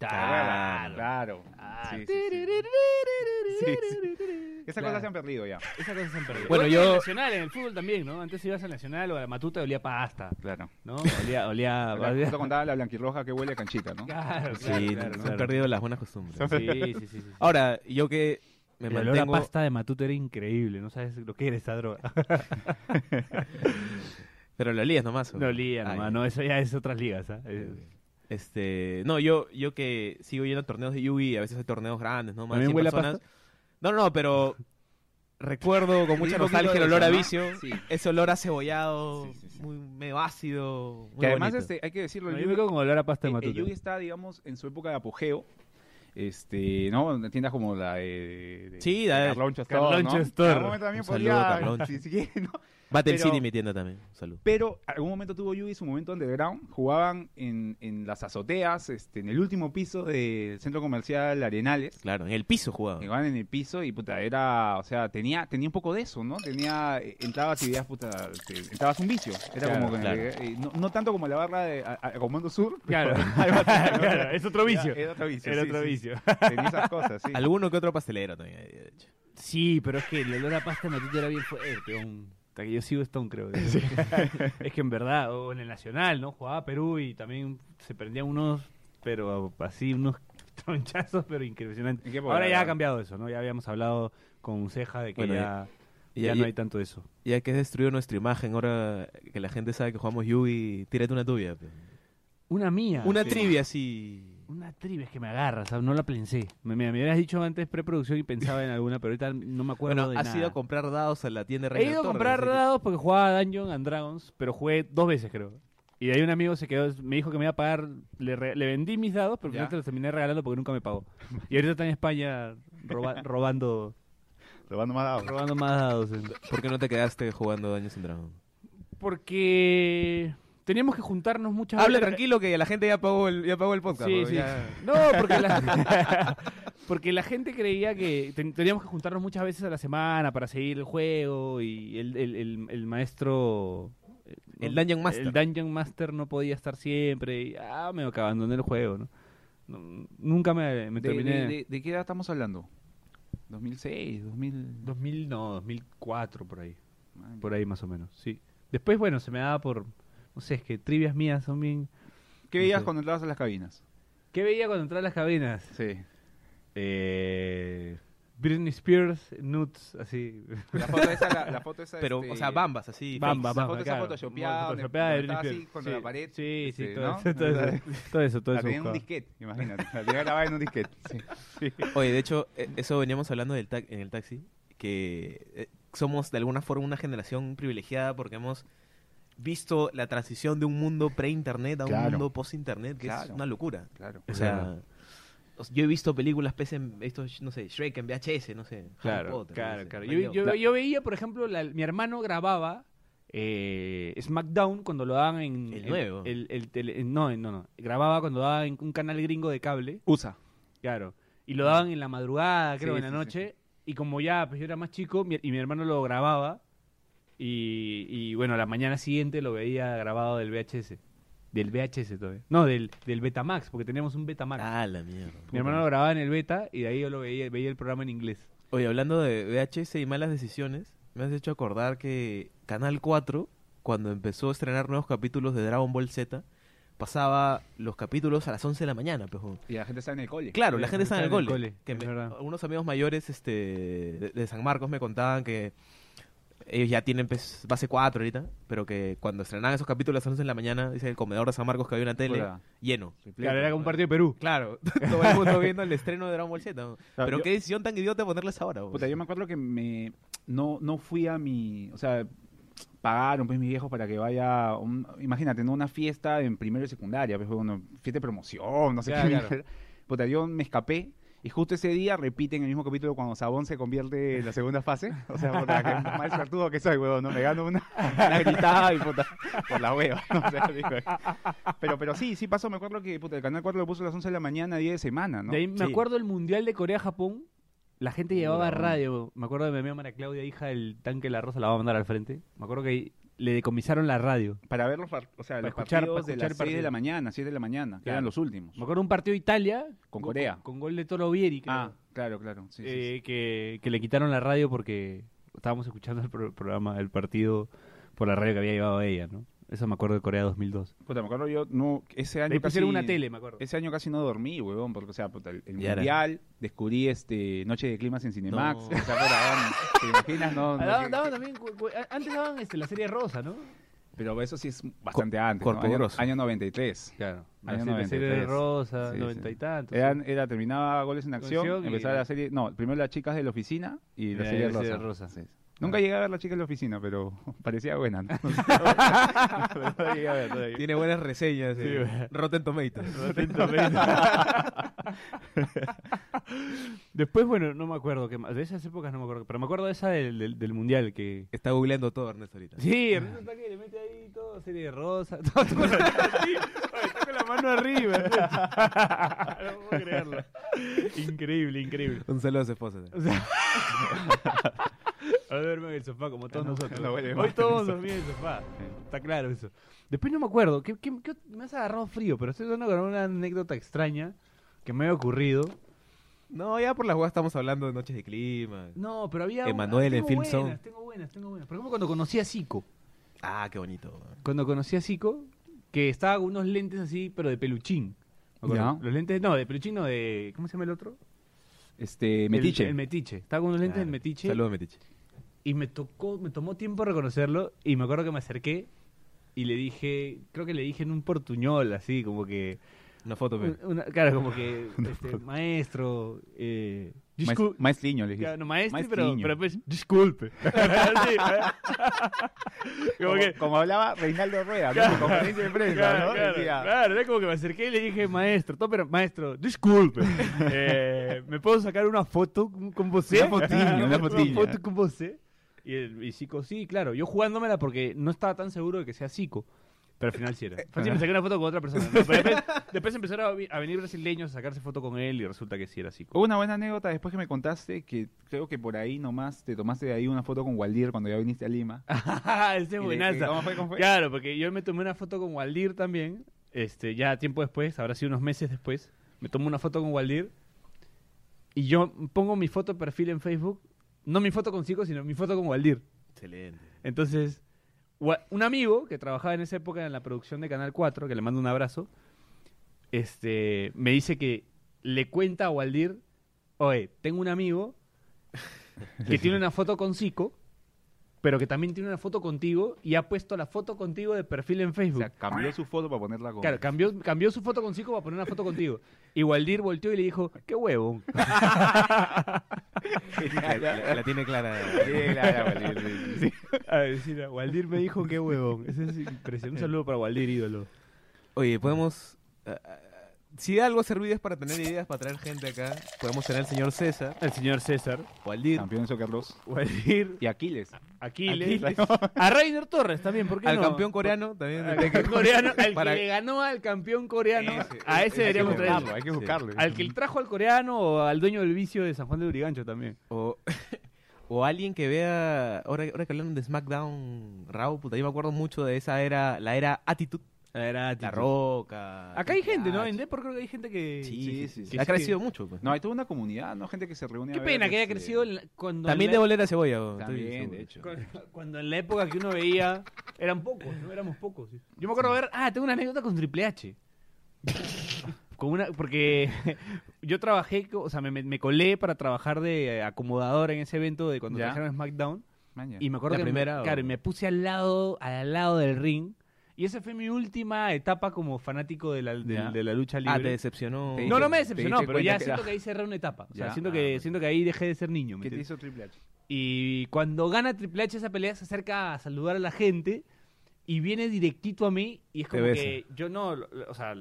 Speaker 2: Claro.
Speaker 5: Claro.
Speaker 2: Ah.
Speaker 5: Sí, sí, sí. Sí, sí. Esas
Speaker 2: Claro.
Speaker 5: cosas se han perdido ya.
Speaker 2: Esas cosas se han perdido.
Speaker 6: Bueno,
Speaker 2: Bueno,
Speaker 6: yo-
Speaker 2: yo. Nacional, en el fútbol también, ¿no? Antes ibas al Nacional o a la Matuta y olía pasta,
Speaker 5: Claro.
Speaker 2: ¿no? Olía.
Speaker 6: Ah,
Speaker 2: olía,
Speaker 5: Acá
Speaker 2: olía-
Speaker 5: justo contaba la blanquirroja que huele a canchita, ¿no?
Speaker 2: Claro,
Speaker 6: Sí,
Speaker 2: claro,
Speaker 6: se
Speaker 2: claro,
Speaker 6: han
Speaker 2: claro.
Speaker 6: perdido las buenas costumbres.
Speaker 2: Sí, sí, sí. sí, sí.
Speaker 6: Ahora, yo que me
Speaker 2: El olor a
Speaker 6: mantengo...
Speaker 2: pasta de Matute era increíble, no sabes lo que era esa droga.
Speaker 6: Pero lo olías nomás. ¿o?
Speaker 2: No olía
Speaker 6: Ah,
Speaker 2: nomás,
Speaker 6: ya.
Speaker 2: no, eso ya es otras ligas, ¿ah? Eh,
Speaker 6: Este, no, yo, yo que sigo yendo a torneos de Yugi, a veces hay torneos grandes, ¿no? Más de
Speaker 2: ¿También
Speaker 6: 100
Speaker 2: huele a
Speaker 6: personas. No, no, no, pero recuerdo con mucha
Speaker 4: Rico
Speaker 6: nostalgia el
Speaker 4: kilo de
Speaker 6: olor a
Speaker 4: eso, ¿no?
Speaker 6: vicio,
Speaker 4: Sí.
Speaker 6: ese olor a cebollado,
Speaker 5: Sí, sí, sí.
Speaker 6: muy medio ácido, muy
Speaker 5: Que además,
Speaker 6: bonito.
Speaker 5: este, hay que decirlo,
Speaker 2: no,
Speaker 5: el
Speaker 2: yo me
Speaker 5: Yugi-
Speaker 2: quedo con olor a pasta de
Speaker 5: Eh, El
Speaker 2: Matute.
Speaker 5: Yugi está, digamos, en su época de apogeo. Este, ¿no? En Tiendas como la de. de-
Speaker 6: Sí,
Speaker 5: de
Speaker 6: la de-
Speaker 5: Carloncho Store.
Speaker 2: Carloncho
Speaker 5: ¿no?
Speaker 2: Store.
Speaker 5: En algún momento también
Speaker 6: Un saludo a
Speaker 5: podía-
Speaker 6: Carloncho.
Speaker 5: si- si quiere, ¿no?
Speaker 6: Battle
Speaker 5: pero-
Speaker 6: City mi tienda también, salud.
Speaker 5: Pero algún momento tuvo Yugi su momento underground. Jugaban en, en las azoteas, este, en el último piso del centro comercial Arenales.
Speaker 6: Claro, en el piso jugaba.
Speaker 5: Jugaban en el piso y puta, era. O sea, tenía, tenía un poco de eso, ¿no? Tenía. eh, Entrabas y veías, puta. te- entrabas un vicio. Era
Speaker 2: Claro,
Speaker 5: como. que-
Speaker 6: claro.
Speaker 5: eh, no, no tanto como la barra de a- a- Comando Sur.
Speaker 2: Claro, claro, es otro vicio.
Speaker 5: Era otro vicio.
Speaker 2: Era
Speaker 5: sí,
Speaker 2: otro
Speaker 5: sí.
Speaker 2: vicio.
Speaker 5: Tenía esas cosas, sí.
Speaker 6: Alguno que otro pastelero también. eh, de hecho.
Speaker 2: Sí, pero es que el olor a pasta de matute era bien fuerte. aún. Hasta que yo sigo Stone, creo. es que en verdad, o en el Nacional, ¿no? Jugaba Perú y también se prendían unos, pero así, unos tronchazos, pero impresionantes.
Speaker 5: ¿En qué época
Speaker 2: Ahora ya
Speaker 5: era?
Speaker 2: ha cambiado eso, ¿no? Ya habíamos hablado con Ceja de que
Speaker 6: Bueno,
Speaker 2: ya,
Speaker 6: Y-
Speaker 2: ya
Speaker 6: y-
Speaker 2: no hay tanto eso.
Speaker 6: y hay que destruir nuestra imagen ahora que la gente sabe que jugamos Yugi, tírate una tuya. pe.
Speaker 2: Una mía.
Speaker 6: Una
Speaker 2: Sí.
Speaker 6: trivia así.
Speaker 2: Una trivia es que me agarra, ¿sabes? No la pensé. Me, me, me hubieras dicho antes preproducción y pensaba en alguna, pero ahorita no me acuerdo
Speaker 6: Bueno,
Speaker 2: de
Speaker 6: has
Speaker 2: nada.
Speaker 6: ido a comprar dados a la tienda de
Speaker 2: He
Speaker 6: Reina
Speaker 2: ido a
Speaker 6: Torres,
Speaker 2: comprar
Speaker 6: así que-
Speaker 2: dados porque jugaba Dungeon and Dragons, pero jugué dos veces, creo. Y de ahí un amigo se quedó, me dijo que me iba a pagar, le, re- le vendí mis dados, pero
Speaker 5: Ya.
Speaker 2: finalmente los terminé regalando porque nunca me pagó. Y ahorita está en España roba- robando,
Speaker 5: Robando más dados.
Speaker 2: robando más dados. eh.
Speaker 6: ¿Por qué no te quedaste jugando Daños sin Dragón?
Speaker 2: Porque teníamos que juntarnos muchas
Speaker 6: Habla
Speaker 2: veces.
Speaker 6: tranquilo que la gente ya pagó el, ya pagó el podcast.
Speaker 2: Sí,
Speaker 6: ¿no?
Speaker 2: sí.
Speaker 6: Ya-
Speaker 2: No, porque la, porque la gente creía que ten- teníamos que juntarnos muchas veces a la semana para seguir el juego y el, el- el- el maestro... eh, no-
Speaker 6: El Dungeon Master.
Speaker 2: El Dungeon Master no podía estar siempre y ah, me abandoné el juego, ¿no? No, Nunca me, me
Speaker 5: ¿De,
Speaker 2: terminé...
Speaker 5: de- de- de qué edad estamos hablando? 2006, 2000.
Speaker 2: 2000, no, 2004 por ahí.
Speaker 5: Man,
Speaker 2: Por ahí más o menos, sí. Después, bueno, se me daba por... No sé, es que trivias mías son bien...
Speaker 5: ¿Qué veías
Speaker 2: no sé.
Speaker 5: cuando entrabas a las cabinas?
Speaker 2: ¿Qué veía cuando entraba a las cabinas?
Speaker 5: Sí.
Speaker 2: Eh, Britney Spears, nudes, así.
Speaker 5: La foto esa, la, la foto esa.
Speaker 6: Pero,
Speaker 5: este,
Speaker 6: o sea, bambas así.
Speaker 2: Bamba,
Speaker 6: fakes.
Speaker 5: la
Speaker 2: bamba,
Speaker 5: foto esa
Speaker 2: claro.
Speaker 5: photoshopeada, donde-
Speaker 2: Photoshopeada
Speaker 5: donde estaba
Speaker 2: Britney
Speaker 5: así
Speaker 2: Spears.
Speaker 5: contra
Speaker 2: sí.
Speaker 5: la pared,
Speaker 2: Sí, sí,
Speaker 5: este,
Speaker 2: todo,
Speaker 5: ¿no?
Speaker 2: eso, todo eso. Todo eso, todo
Speaker 5: La
Speaker 2: eso.
Speaker 5: tenía en
Speaker 2: buscaba.
Speaker 5: un disquete, imagínate. La tenía grabada en un disquete. Sí.
Speaker 6: Oye, de hecho, eh, eso veníamos hablando del tac- en el taxi, que eh, somos de alguna forma una generación privilegiada porque hemos visto la transición de un mundo pre-internet a un
Speaker 5: Claro.
Speaker 6: mundo post-internet, que es
Speaker 5: Claro.
Speaker 6: una locura.
Speaker 5: Claro.
Speaker 6: O sea, o sea, yo he visto películas, pese en, he visto, no sé, Shrek en VHS, no sé. Harry
Speaker 2: Claro,
Speaker 6: Potter, no
Speaker 2: claro,
Speaker 6: sé,
Speaker 2: claro.
Speaker 6: Rey
Speaker 2: Yo,
Speaker 6: León.
Speaker 2: yo- yo veía, por ejemplo, la- mi hermano grababa eh, SmackDown cuando lo daban en...
Speaker 6: El
Speaker 2: en-
Speaker 6: nuevo.
Speaker 2: el- el tele- no, no, no. Grababa cuando daban en un canal gringo de cable.
Speaker 5: Usa.
Speaker 2: Claro. Y lo daban en la madrugada, creo,
Speaker 5: Sí,
Speaker 2: en la
Speaker 5: sí,
Speaker 2: noche. Y como ya, pues yo era más chico mi- y mi hermano lo grababa. Y, y, bueno, a la mañana siguiente lo veía grabado del VHS. Del VHS todavía. No, del, del Betamax, porque teníamos un Betamax.
Speaker 6: Ah, la mierda.
Speaker 2: mi hermano lo grababa en el Beta y de ahí yo lo veía, veía el programa en inglés.
Speaker 6: Oye, hablando de VHS y malas decisiones, me has hecho acordar que Canal 4, cuando empezó a estrenar nuevos capítulos de Dragon Ball Z, pasaba los capítulos a las 11 de la mañana. pues, weón.
Speaker 5: Y la gente está en el cole.
Speaker 6: Claro,
Speaker 2: Sí,
Speaker 6: la gente está en el cole. que
Speaker 2: es
Speaker 6: me-
Speaker 2: verdad.
Speaker 6: algunos amigos mayores este, de, de San Marcos me contaban que ellos ya tienen pues, base 4 ahorita, pero que cuando estrenaban esos capítulos a las 11 de la mañana, dice el comedor de San Marcos que había una tele
Speaker 5: Hola.
Speaker 6: lleno.
Speaker 2: Claro, era como un partido de Perú.
Speaker 6: Claro, todo el mundo viendo el estreno de Dragon Ball Z. weón. Pero
Speaker 5: yo-
Speaker 6: qué decisión tan idiota ponerles ahora. weón.
Speaker 5: Puta, yo me acuerdo que me no, no fui a mi. O sea, pagaron pues mis viejos para que vaya. a un- imagínate, ¿no? Una fiesta en primero y secundaria, pues bueno, fiesta de promoción, no sé
Speaker 2: Claro,
Speaker 5: qué.
Speaker 2: claro.
Speaker 5: mierda. Puta, yo me escapé. Y justo ese día repiten el mismo capítulo cuando Sabón se convierte en la segunda fase. O sea, puta, que mal sartudo que soy, huevón, ¿no? Me gano una, una gritada y puta, por la hueva, ¿no? O sea, digo, pero, pero sí, sí pasó. Me acuerdo que, puta, el Canal 4 lo puso a las 11 de la mañana, 10 de semana, ¿no?
Speaker 2: De ahí me
Speaker 6: Sí.
Speaker 2: acuerdo el Mundial de Corea-Japón. La gente llevaba
Speaker 5: Puta,
Speaker 2: radio. Me acuerdo de mi amiga María Claudia, hija del tanque La Rosa, la va a mandar al frente. Me acuerdo que le decomisaron la radio.
Speaker 5: Para ver los, par- o sea,
Speaker 2: Para
Speaker 5: los
Speaker 2: escuchar-
Speaker 5: partidos
Speaker 2: para
Speaker 5: de las
Speaker 2: escuchar
Speaker 5: 6 de
Speaker 2: partidos.
Speaker 5: la mañana, 7 de la mañana, que
Speaker 2: Claro.
Speaker 5: eran los últimos.
Speaker 2: Me acuerdo un partido de Italia.
Speaker 5: Con Corea.
Speaker 2: Con, gol de Toro Vieri, creo,
Speaker 5: Ah, claro, claro. sí, sí,
Speaker 2: eh, Que, que le quitaron la radio porque estábamos escuchando el pro- programa, el partido por la radio que había llevado ella, ¿no? Eso me acuerdo de Corea 2002.
Speaker 5: sí. Puta, me acuerdo yo, no, ese año
Speaker 2: Le
Speaker 5: casi...
Speaker 2: pusieron una tele, me acuerdo.
Speaker 5: Ese año casi no dormí, huevón, porque, o sea, puta, el, el
Speaker 6: Ya era.
Speaker 5: mundial, descubrí este Noche de Climas en Cinemax.
Speaker 6: No.
Speaker 5: O sea, puta, huevón, ¿te imaginas? No, no,
Speaker 2: Ah, daban- daban también, cu- cu- a- antes daban este, la serie Rosa, ¿no?
Speaker 5: Pero eso sí es bastante antes,
Speaker 6: Corpo
Speaker 5: ¿no? Año-
Speaker 6: Grosso.
Speaker 5: Año 93.
Speaker 2: Claro. La,
Speaker 5: Año
Speaker 2: serie- la serie
Speaker 5: 93.
Speaker 2: Rosa,
Speaker 5: Sí, sí.
Speaker 2: noventa y tantos.
Speaker 5: Eran, era, terminaba Goles en Acción,
Speaker 2: Acción y-
Speaker 5: empezaba la serie... No, primero las chicas de la oficina y la
Speaker 2: Ya,
Speaker 5: serie
Speaker 2: la serie
Speaker 5: Rosa.
Speaker 2: Rosa.
Speaker 5: Sí. Nunca llegué a ver la chica de la oficina, pero parecía buena. ¿no? Pero no llegué a ver, no llegué.
Speaker 6: Tiene buenas reseñas.
Speaker 2: Sí,
Speaker 6: eh.
Speaker 2: güey.
Speaker 6: Rotten Tomatoes.
Speaker 2: Después, bueno, no me acuerdo qué más. De esas épocas no me acuerdo. Pero me acuerdo de esa del, del, del mundial que.
Speaker 6: Está googleando todo, Ernesto, ahorita.
Speaker 2: Sí, Ernesto está que le mete ahí todo, serie de rosa, todo, todo así. Oye, está con la mano arriba. no puedo creerlo. Increíble, increíble.
Speaker 6: Un saludo a su esposa. eh.
Speaker 2: O sea, Ahora duerme en el sofá como todos
Speaker 5: No,
Speaker 2: nosotros.
Speaker 5: no huele
Speaker 2: Hoy
Speaker 5: mal.
Speaker 2: todos dormimos en el sofá. Está claro eso. Después no me acuerdo. ¿qué- qué- qué ot- me has agarrado frío, pero estoy dando con una anécdota extraña que me había ocurrido.
Speaker 6: No, ya por las huevas estamos hablando de noches de clima.
Speaker 2: No, pero había. un-
Speaker 6: Emanuel en
Speaker 2: tengo
Speaker 6: Film
Speaker 2: buenas,
Speaker 6: Zone.
Speaker 2: Tengo buenas, tengo buenas. Por ejemplo, cuando conocí a Zico.
Speaker 6: Ah, qué bonito. güey.
Speaker 2: Cuando conocí a Zico, que estaba con unos lentes así, pero de peluchín. Me acuerdo.
Speaker 5: Ya.
Speaker 2: Los lentes, no, de peluchín, no, de. ¿Cómo se llama el otro?
Speaker 5: Este,
Speaker 2: El-
Speaker 5: Metiche.
Speaker 2: El, metiche. Estaba con unos lentes
Speaker 6: Claro.
Speaker 2: del metiche.
Speaker 6: Saludos, Metiche.
Speaker 2: Y me tocó, me tomó tiempo reconocerlo. Y me acuerdo que me acerqué y le dije, creo que le dije en un portuñol, así, como que.
Speaker 6: Una foto, pe.
Speaker 2: una- claro, como que. este, maestro. Eh,
Speaker 5: Maes-
Speaker 2: discul-
Speaker 5: Maestriño, le dije.
Speaker 2: Claro, no, maestro, pero,
Speaker 5: Maestriño.
Speaker 2: pero pues, disculpe. Así, ¿eh? como
Speaker 5: como,
Speaker 2: que.
Speaker 5: como hablaba Reinaldo Rueda, ¿no? En conferencia de prensa,
Speaker 2: Claro,
Speaker 5: ¿no?
Speaker 2: claro,
Speaker 5: Decía,
Speaker 2: claro, era como que me acerqué y le dije, maestro, todo, pero maestro, disculpe, eh, ¿me puedo sacar una foto con con você?
Speaker 5: Una fotiño, una fotiño.
Speaker 2: foto con você. Y el y Zico, sí, claro, yo jugándomela porque no estaba tan seguro de que sea Zico. Pero al final sí era. Fácil me saqué una foto con otra persona. ¿no? Pero después, después empezaron a, vi- a venir brasileños a sacarse foto con él y resulta que sí era Zico.
Speaker 5: Hubo una buena anécdota después que me contaste que creo que por ahí nomás te tomaste de ahí una foto con Waldir cuando ya viniste a Lima.
Speaker 2: Ese
Speaker 5: Y
Speaker 2: es
Speaker 5: le-
Speaker 2: buenaza.
Speaker 5: ¿Cómo fue? ¿Cómo fue?
Speaker 2: Claro, porque yo me tomé una foto con Waldir también, este, ya tiempo después, habrá sido unos meses después, me tomo una foto con Waldir y yo pongo mi foto de perfil en Facebook, no mi foto con Zico, sino mi foto con Waldir.
Speaker 6: Excelente.
Speaker 2: Entonces, Wa- un amigo que trabajaba en esa época en la producción de Canal 4, que le mando un abrazo, este, me dice que le cuenta a Waldir, oye, tengo un amigo que tiene una foto con Zico, pero que también tiene una foto contigo y ha puesto la foto contigo de perfil en
Speaker 5: O
Speaker 2: Facebook.
Speaker 5: sea, cambió su foto para ponerla con...
Speaker 2: Claro, cambió, cambió su foto con Zico para poner una foto contigo. Y Waldir volteó y le dijo, qué huevo.
Speaker 6: La, la- la tiene clara.
Speaker 5: Sí, claro, Waldir, sí, sí.
Speaker 2: A ver, sí, no, Waldir me dijo qué huevón. Ese es impresionante. Un saludo para Waldir, ídolo.
Speaker 6: Oye, podemos. ah, ah, ah, si de algo servido es para tener ideas, para traer gente acá, podemos tener al señor César,
Speaker 2: El señor César.
Speaker 6: Waldir,
Speaker 5: Campeón de Soccer 2.
Speaker 2: Waldir,
Speaker 5: Y Aquiles.
Speaker 2: Aquiles. A Rainer Torres también, ¿por qué
Speaker 6: al
Speaker 2: no?
Speaker 6: campeón coreano también.
Speaker 2: Al campeón coreano, al
Speaker 6: Para-
Speaker 2: que le ganó al campeón coreano, a
Speaker 6: Ese, ese
Speaker 2: ese
Speaker 5: Hay que
Speaker 2: deberíamos
Speaker 5: buscarlo,
Speaker 2: traerlo.
Speaker 5: hay que buscarlo.
Speaker 2: Al que trajo al coreano o al dueño del vicio de San Juan de Urigancho también.
Speaker 6: O, o alguien que vea. Ahora, ahora que hablan de SmackDown, Raw, puta, yo me acuerdo mucho de esa era, la era Attitude. La Roca.
Speaker 2: Acá hay
Speaker 6: Triple
Speaker 2: gente, ¿no?
Speaker 6: H.
Speaker 2: En Depor creo que hay gente que...
Speaker 6: Sí,
Speaker 5: sí,
Speaker 6: sí,
Speaker 5: sí,
Speaker 6: sí.
Speaker 2: Ah, sí.
Speaker 6: Ha crecido mucho. pues.
Speaker 5: No, hay toda una comunidad, ¿no? Gente que se reúne a
Speaker 2: Qué
Speaker 5: ver,
Speaker 2: pena que haya
Speaker 5: este,
Speaker 2: crecido en la- cuando...
Speaker 6: También
Speaker 2: en
Speaker 6: de
Speaker 2: la-
Speaker 6: bolera cebolla. weón, estoy
Speaker 5: También,
Speaker 6: seguro.
Speaker 5: de hecho.
Speaker 2: cu- Cuando en la época que uno veía eran pocos, ¿no? Éramos pocos. sí. Yo me acuerdo ver... Ah, tengo una anécdota con Triple H. Con una, porque yo trabajé, co- o sea, me, me- me colé para trabajar de acomodador en ese evento de cuando
Speaker 5: Ya.
Speaker 2: trajeron SmackDown.
Speaker 5: Maña.
Speaker 2: Y me acuerdo que
Speaker 6: ¿La
Speaker 2: me-
Speaker 6: primera o-
Speaker 2: claro, y me puse al lado, al lado del ring. Y esa fue mi última etapa como fanático de la, del-
Speaker 5: Ya.
Speaker 2: de la lucha
Speaker 6: Ah,
Speaker 2: libre.
Speaker 6: te decepcionó.
Speaker 5: Te
Speaker 2: no, no me
Speaker 5: te
Speaker 2: decepcionó,
Speaker 5: diste
Speaker 2: pero
Speaker 5: cuenta
Speaker 2: ya
Speaker 5: que
Speaker 2: siento
Speaker 5: era-
Speaker 2: que ahí cerré una etapa. O sea,
Speaker 5: Ya.
Speaker 2: siento,
Speaker 5: Ah,
Speaker 2: que,
Speaker 5: bueno.
Speaker 2: siento que ahí dejé de ser niño. ¿me
Speaker 5: ¿Qué te
Speaker 2: entiendes?
Speaker 5: hizo Triple H?
Speaker 2: Y cuando gana Triple H esa pelea, se acerca a saludar a la gente y viene directito a mí. Y es
Speaker 6: Te
Speaker 2: como
Speaker 6: besa.
Speaker 2: que yo no, lo- lo- o sea,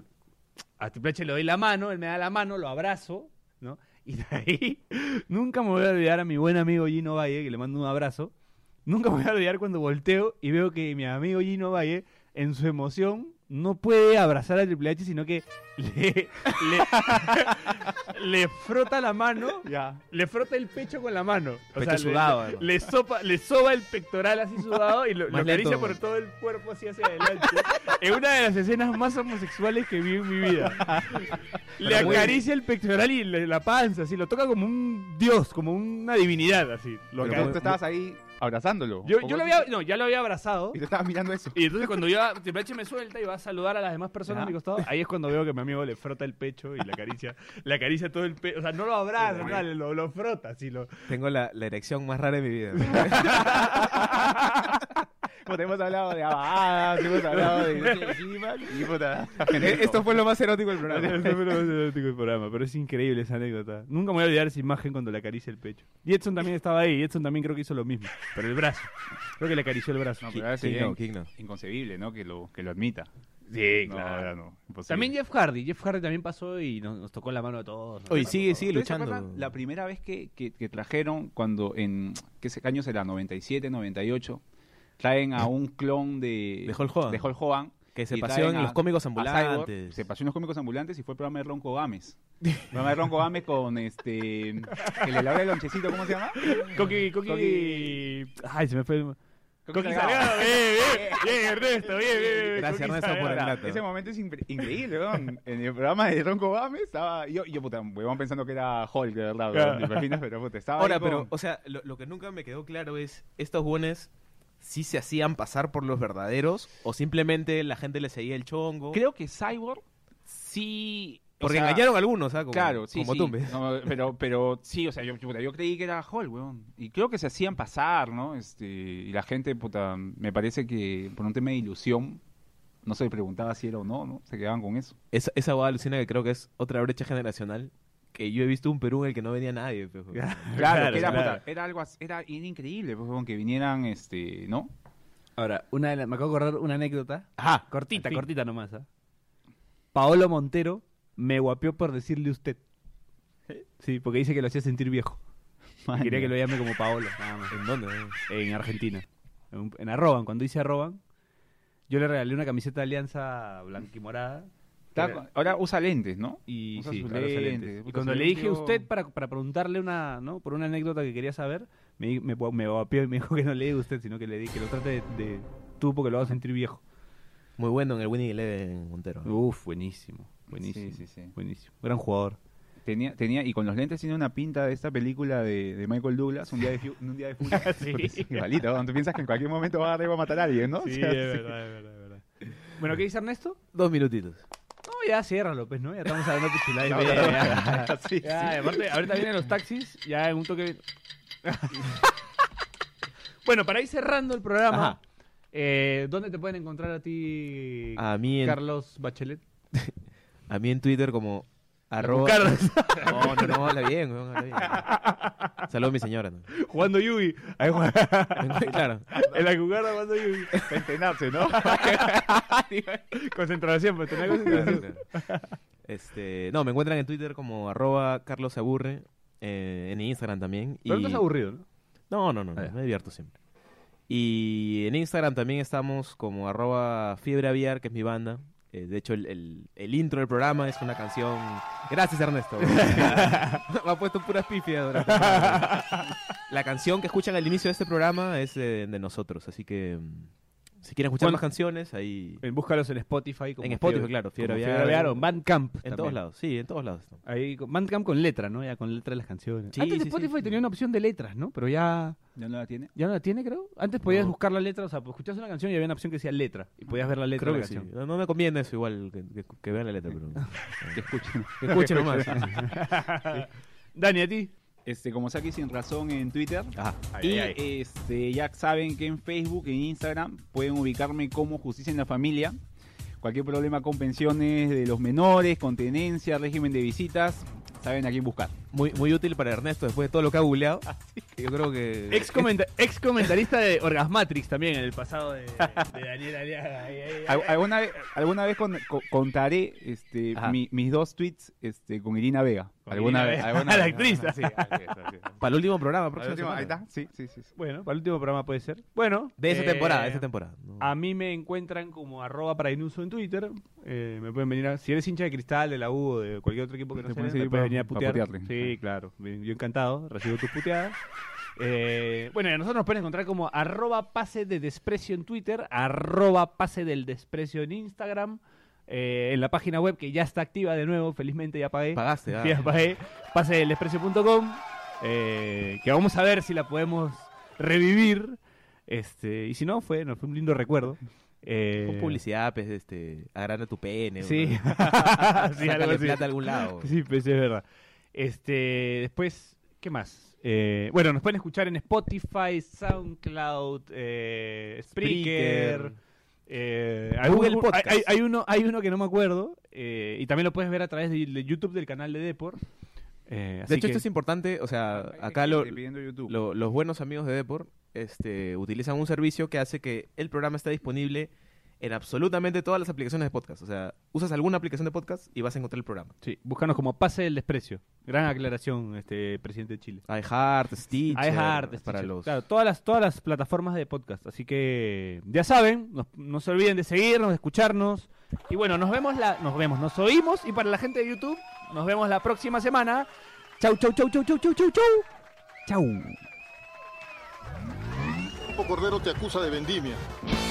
Speaker 2: a Triple H le doy la mano, él me da la mano, lo abrazo, ¿no? Y de ahí nunca me voy a olvidar a mi buen amigo Gino Valle, que le mando un abrazo. Nunca me voy a olvidar cuando volteo y veo que mi amigo Gino Valle, en su emoción, no puede abrazar a Triple H, sino que le, le, le frota la mano,
Speaker 5: Ya.
Speaker 2: le frota el pecho con la mano. O
Speaker 6: Pecho
Speaker 2: sea, le-
Speaker 6: sudado,
Speaker 2: le,
Speaker 6: además.
Speaker 2: le sopa, le soba el pectoral así sudado y lo, lo
Speaker 6: Más
Speaker 2: acaricia
Speaker 6: lento.
Speaker 2: por todo el cuerpo así hacia adelante. es una de las escenas más homosexuales que vi en mi vida. le
Speaker 6: Pero muy-
Speaker 2: acaricia el pectoral y le- la panza, así, lo toca como un dios, como una divinidad, así. Lo
Speaker 5: Porque
Speaker 2: acaricia.
Speaker 5: tú estabas ahí abrazándolo.
Speaker 2: Yo, yo lo había, no, ya lo había abrazado.
Speaker 5: Y tú estabas mirando eso.
Speaker 2: Y entonces cuando yo Triple H me suelta y va a saludar a las demás personas
Speaker 5: Ya.
Speaker 2: a mi costado, ahí es cuando veo que mi amigo le frota el pecho y le acaricia, le acaricia todo el pecho, o sea, no lo abraza, nada, le- lo, lo frota, así lo...
Speaker 6: Tengo la, la erección más rara de mi vida.
Speaker 5: Puta, hemos hablado de abadas, hemos hablado de He-Man, y puta. Esto fue lo más erótico del programa.
Speaker 2: el programa, pero es increíble esa anécdota. Nunca me voy a olvidar esa imagen cuando le acaricia el pecho. Y Edson también estaba ahí, y Edson también creo que hizo lo mismo, pero el brazo. Creo que le acarició el brazo.
Speaker 5: No, pero ahora sí, ¿eh?
Speaker 6: King no,
Speaker 5: in-
Speaker 6: King no.
Speaker 5: inconcebible, ¿no? Que lo, que lo admita.
Speaker 2: Sí,
Speaker 5: No, ahora no. imposible.
Speaker 2: También Jeff Hardy, Jeff Hardy también pasó y nos, nos tocó la mano a todos.
Speaker 6: Oye, sigue, sigue
Speaker 5: ¿Ustedes se
Speaker 6: luchando.
Speaker 5: acuerdan La primera vez que, que- que trajeron, cuando en. ¿Qué se- año será? 97, 98. Traen a un clon de.
Speaker 6: De Hulk Hogan.
Speaker 5: de Hulk Hogan,
Speaker 6: Que se
Speaker 5: y
Speaker 6: paseó
Speaker 5: traen
Speaker 6: en
Speaker 5: a-
Speaker 6: los cómicos
Speaker 5: a Cyborg,
Speaker 6: ambulantes.
Speaker 5: Se paseó en los cómicos ambulantes y fue el programa de Ronco Gámez. El programa de Ronco Gámez con este. El de Laura el lonchecito, ¿cómo se llama?
Speaker 2: Coqui, Coqui... Ay, se me fue... el- Coqui Salgado, bien, bien, Eh, bien, Ernesto, bien, bien, bien, bien.
Speaker 6: Gracias,
Speaker 2: Coqui
Speaker 6: Ernesto,
Speaker 2: Salgado.
Speaker 6: por el
Speaker 5: Ahora,
Speaker 6: dato.
Speaker 5: Ese momento es impre- increíble, weón. En el programa de Ronco Gámez estaba. Yo, yo puta, huevón pensando que era Hulk, de verdad, weón.
Speaker 2: Claro.
Speaker 5: ¿Te imaginas? Pero puta, estaba. ahí
Speaker 6: Ahora,
Speaker 5: con-
Speaker 6: pero, o sea, lo, lo que nunca me quedó claro es, ¿estos buenos sí se hacían pasar por los verdaderos o simplemente la gente le seguía el chongo?
Speaker 5: Creo que Cyborg sí. o
Speaker 6: Porque
Speaker 5: sea,
Speaker 6: engañaron a algunos, ¿ah? Como,
Speaker 5: Claro, sí.
Speaker 6: Como
Speaker 5: sí.
Speaker 6: Tumbe.
Speaker 5: No, pero, pero sí, o sea, yo, puta, yo creí que era Hulk, weón. Y creo que se hacían pasar, ¿no? Este, y la gente, puta, me parece que por un tema de ilusión, no se le preguntaba si era o no, ¿no? Se quedaban con eso.
Speaker 6: Esa, esa hueá alucina que creo que es otra brecha generacional. Que yo he visto un Perú en el que no venía nadie. pues. pe, joder.
Speaker 5: Claro,
Speaker 2: Claro,
Speaker 5: que era,
Speaker 2: claro.
Speaker 5: puta, era algo así- era, era increíble, pues, weón, que vinieran, este, ¿no?
Speaker 2: Ahora, una de las- me acabo de acordar una anécdota.
Speaker 5: Ajá.
Speaker 2: Cortita,
Speaker 5: Al fin.
Speaker 2: cortita nomás. ¿ah? Paolo Montero me guapió por decirle usted. Sí, porque dice que lo hacía sentir viejo. Y quería que lo llame como Paolo, nada más.
Speaker 6: Ah, ¿En dónde? eh?
Speaker 2: En Argentina. En, un- en Arroban, cuando hice Arroban, yo le regalé una camiseta de alianza blanca y morada.
Speaker 5: Está con- Ahora usa lentes, ¿no?
Speaker 2: Y,
Speaker 5: Usa
Speaker 2: sí,
Speaker 5: sus
Speaker 2: claro, los
Speaker 5: lentes,
Speaker 2: lentes.
Speaker 5: puta,
Speaker 2: Y cuando
Speaker 5: se
Speaker 2: le
Speaker 5: le
Speaker 2: dije
Speaker 5: metió-
Speaker 2: usted para, para preguntarle una, ¿no? Por una anécdota que quería saber, me, di- me, me guapió y me dijo que no le diga usted, sino que le di que lo trate de, de tú porque lo vas a sentir viejo.
Speaker 6: Muy bueno en el Winning Eleven Montero.
Speaker 2: Uf, buenísimo. Buenísimo.
Speaker 5: Sí, sí, sí.
Speaker 2: Buenísimo. Gran jugador.
Speaker 5: Tenía, tenía, y con los lentes tiene una pinta de esta película de, de Michael Douglas, Un día de, fiu- un día de furia. Porque es Igualito, ¿no? tú piensas que en cualquier momento va a agarrar y va a matar a alguien, ¿no? O sea, sí.
Speaker 2: es verdad, es verdad. Bueno, ¿qué dice Ernesto?
Speaker 6: Dos minutitos.
Speaker 2: No, ya cierra López, ¿no? Ya estamos hablando pichulada y
Speaker 5: No,
Speaker 2: media,
Speaker 5: no, no.
Speaker 2: ya.
Speaker 5: Sí,
Speaker 2: Ya,
Speaker 5: sí.
Speaker 2: y aparte, ahorita vienen los taxis, ya en un toque. bueno, para ir cerrando el programa,
Speaker 6: Ajá.
Speaker 2: eh, ¿dónde te pueden encontrar a ti,
Speaker 6: A mí en,
Speaker 2: Carlos Bachelet?
Speaker 6: a mí en Twitter como arroba...
Speaker 2: Carlos,
Speaker 6: No, no, no, habla bien, weón, habla bien. Saludos a mi señora. ¿no?
Speaker 2: jugando Yubi. Ahí juega-
Speaker 6: claro.
Speaker 2: en la jugada jugando Yubi.
Speaker 5: Para entrenarse, ¿no?
Speaker 2: Ah, Concentración, pues tener
Speaker 6: Claro,
Speaker 2: concentración.
Speaker 6: claro. Este, no, me encuentran en Twitter como arroba Carlos Se Aburre, eh, en Instagram también.
Speaker 2: Pero no
Speaker 6: y-
Speaker 2: estás aburrido, ¿no?
Speaker 6: No, no, no, no,
Speaker 2: Ah, ya.
Speaker 6: me divierto siempre. Y en Instagram también estamos como arroba Fiebre Aviar, que es mi banda. Eh, de hecho, el, el- el intro del programa es una canción... Gracias, Ernesto. me ha puesto puras pifias durante todo el programa. La canción que escuchan al inicio de este programa es eh, de nosotros, así que... mm, Si quieren escuchar
Speaker 2: ¿Cuán-
Speaker 6: más canciones, ahí...
Speaker 2: Eh, Búscalos en Spotify. Como
Speaker 6: En Spotify,
Speaker 2: Fiebre-
Speaker 6: claro, Fiebre
Speaker 2: como
Speaker 6: Aviar.
Speaker 2: o en Bandcamp.
Speaker 6: En
Speaker 2: también.
Speaker 6: todos lados, sí, en todos lados.
Speaker 2: Ahí, con- Bandcamp con letra, ¿no? Ya con letra de las canciones.
Speaker 6: Sí,
Speaker 2: Antes
Speaker 6: sí, sí,
Speaker 2: Spotify
Speaker 6: sí.
Speaker 2: tenía una opción de letras, ¿no? Pero ya,
Speaker 5: ¿Ya no la tiene?
Speaker 2: ya no la tiene, creo. Antes podías
Speaker 6: No.
Speaker 2: buscar la letra, o sea, pues, escuchabas una canción y había una opción que decía letra. Y podías ver la letra
Speaker 6: Creo
Speaker 2: de
Speaker 6: que
Speaker 2: la
Speaker 6: sí.
Speaker 2: canción.
Speaker 6: No, no me conviene eso igual, que, que- que vean la letra, pero...
Speaker 5: Que escuchen.
Speaker 6: que escuchen nomás. sí, sí.
Speaker 2: Dani, a ti.
Speaker 5: Este, como Saki Sin Razón en Twitter.
Speaker 6: Ajá.
Speaker 5: y este, ya saben que en Facebook, en Instagram, pueden ubicarme como Justicia en la Familia. Cualquier problema con pensiones de los menores, con tenencia, régimen de visitas, saben a quién buscar.
Speaker 6: Muy, muy útil para Ernesto después de todo lo que ha googleado. Yo creo que...
Speaker 2: Ah, Ex, comenta- ex comentarista de Orgasmatrix también en el pasado de, de Daniel Aliaga. Ahí, ahí, ahí.
Speaker 5: Al- alguna vez, alguna vez con- co- contaré este,
Speaker 6: Ajá.
Speaker 5: mi- mis dos tweets este, con Irina Vega. Alguna vez. alguna
Speaker 2: a la
Speaker 5: vez.
Speaker 2: actriz.
Speaker 5: Sí, así es, así es.
Speaker 6: Para el último programa,
Speaker 5: Para
Speaker 6: próxima
Speaker 5: la última-
Speaker 6: semana.
Speaker 5: Ahí está, sí, sí, sí. sí.
Speaker 2: Bueno, para el último programa puede ser. Bueno.
Speaker 6: De esa
Speaker 2: eh, ah,
Speaker 6: temporada, de esa temporada. No.
Speaker 2: A mí me encuentran como arroba para Inuso en Twitter. Eh, me pueden venir a. Si eres hincha de cristal, de la U o de cualquier otro equipo que
Speaker 5: Te
Speaker 2: no sea,
Speaker 5: pueden
Speaker 2: me
Speaker 5: seguir
Speaker 2: puedes
Speaker 5: para-
Speaker 2: venir a
Speaker 5: para
Speaker 2: putear.
Speaker 5: putearle.
Speaker 2: Sí, claro. Bien, Yo encantado, recibo tus puteadas. Eh, bueno, y a nosotros nos pueden encontrar como arroba pase de desprecio en Twitter, arroba pase del desprecio en Instagram, eh, en la página web que ya está activa de nuevo, felizmente ya pagué.
Speaker 6: Pagaste, ah.
Speaker 2: Sí, ya pagué. Pase del desprecio.com, eh, que vamos a ver si la podemos revivir. Este, y si no, fue, no, fue un lindo recuerdo. Eh,
Speaker 6: Con publicidad, pues, este, agranda tu pene.
Speaker 2: Sí.
Speaker 6: bro.
Speaker 2: Sí,
Speaker 6: Sácale
Speaker 2: algo así.
Speaker 6: plata a algún lado.
Speaker 2: Sí, pues es verdad. Este, después, ¿qué más? Eh, bueno, nos pueden escuchar en Spotify, SoundCloud, eh, Spreaker,
Speaker 6: Spreaker.
Speaker 2: eh, hay
Speaker 6: Google
Speaker 2: un-
Speaker 6: Podcast.
Speaker 2: Hay, hay uno, hay uno que no me acuerdo eh, y también lo puedes ver a través de, de YouTube del canal de Depor. Eh, así
Speaker 6: De hecho,
Speaker 2: que- Ah,
Speaker 6: esto es importante. O sea,
Speaker 5: Hay
Speaker 6: acá
Speaker 5: gente
Speaker 6: lo,
Speaker 5: pidiendo YouTube.
Speaker 6: lo- los buenos amigos de Depor este, utilizan un servicio que hace que el programa esté disponible en absolutamente todas las aplicaciones de podcast. O sea, usas alguna aplicación de podcast y vas a encontrar el programa.
Speaker 2: Sí, búscanos como Pase del Desprecio. Gran aclaración, este presidente de Chile.
Speaker 6: iHeart, Stitcher.
Speaker 2: iHeart,
Speaker 6: para
Speaker 2: Stitcher.
Speaker 6: los.
Speaker 2: este, Claro, todas las, todas las plataformas de podcast. Así que ya saben, no, no se olviden de seguirnos, de escucharnos. Y bueno, nos vemos, la, nos vemos, nos oímos. Y para la gente de YouTube, nos vemos la próxima semana. Chau, chau, chau, chau, chau, chau, chau, chau. Chau.
Speaker 1: Pulpo Cordero te acusa de vendimia.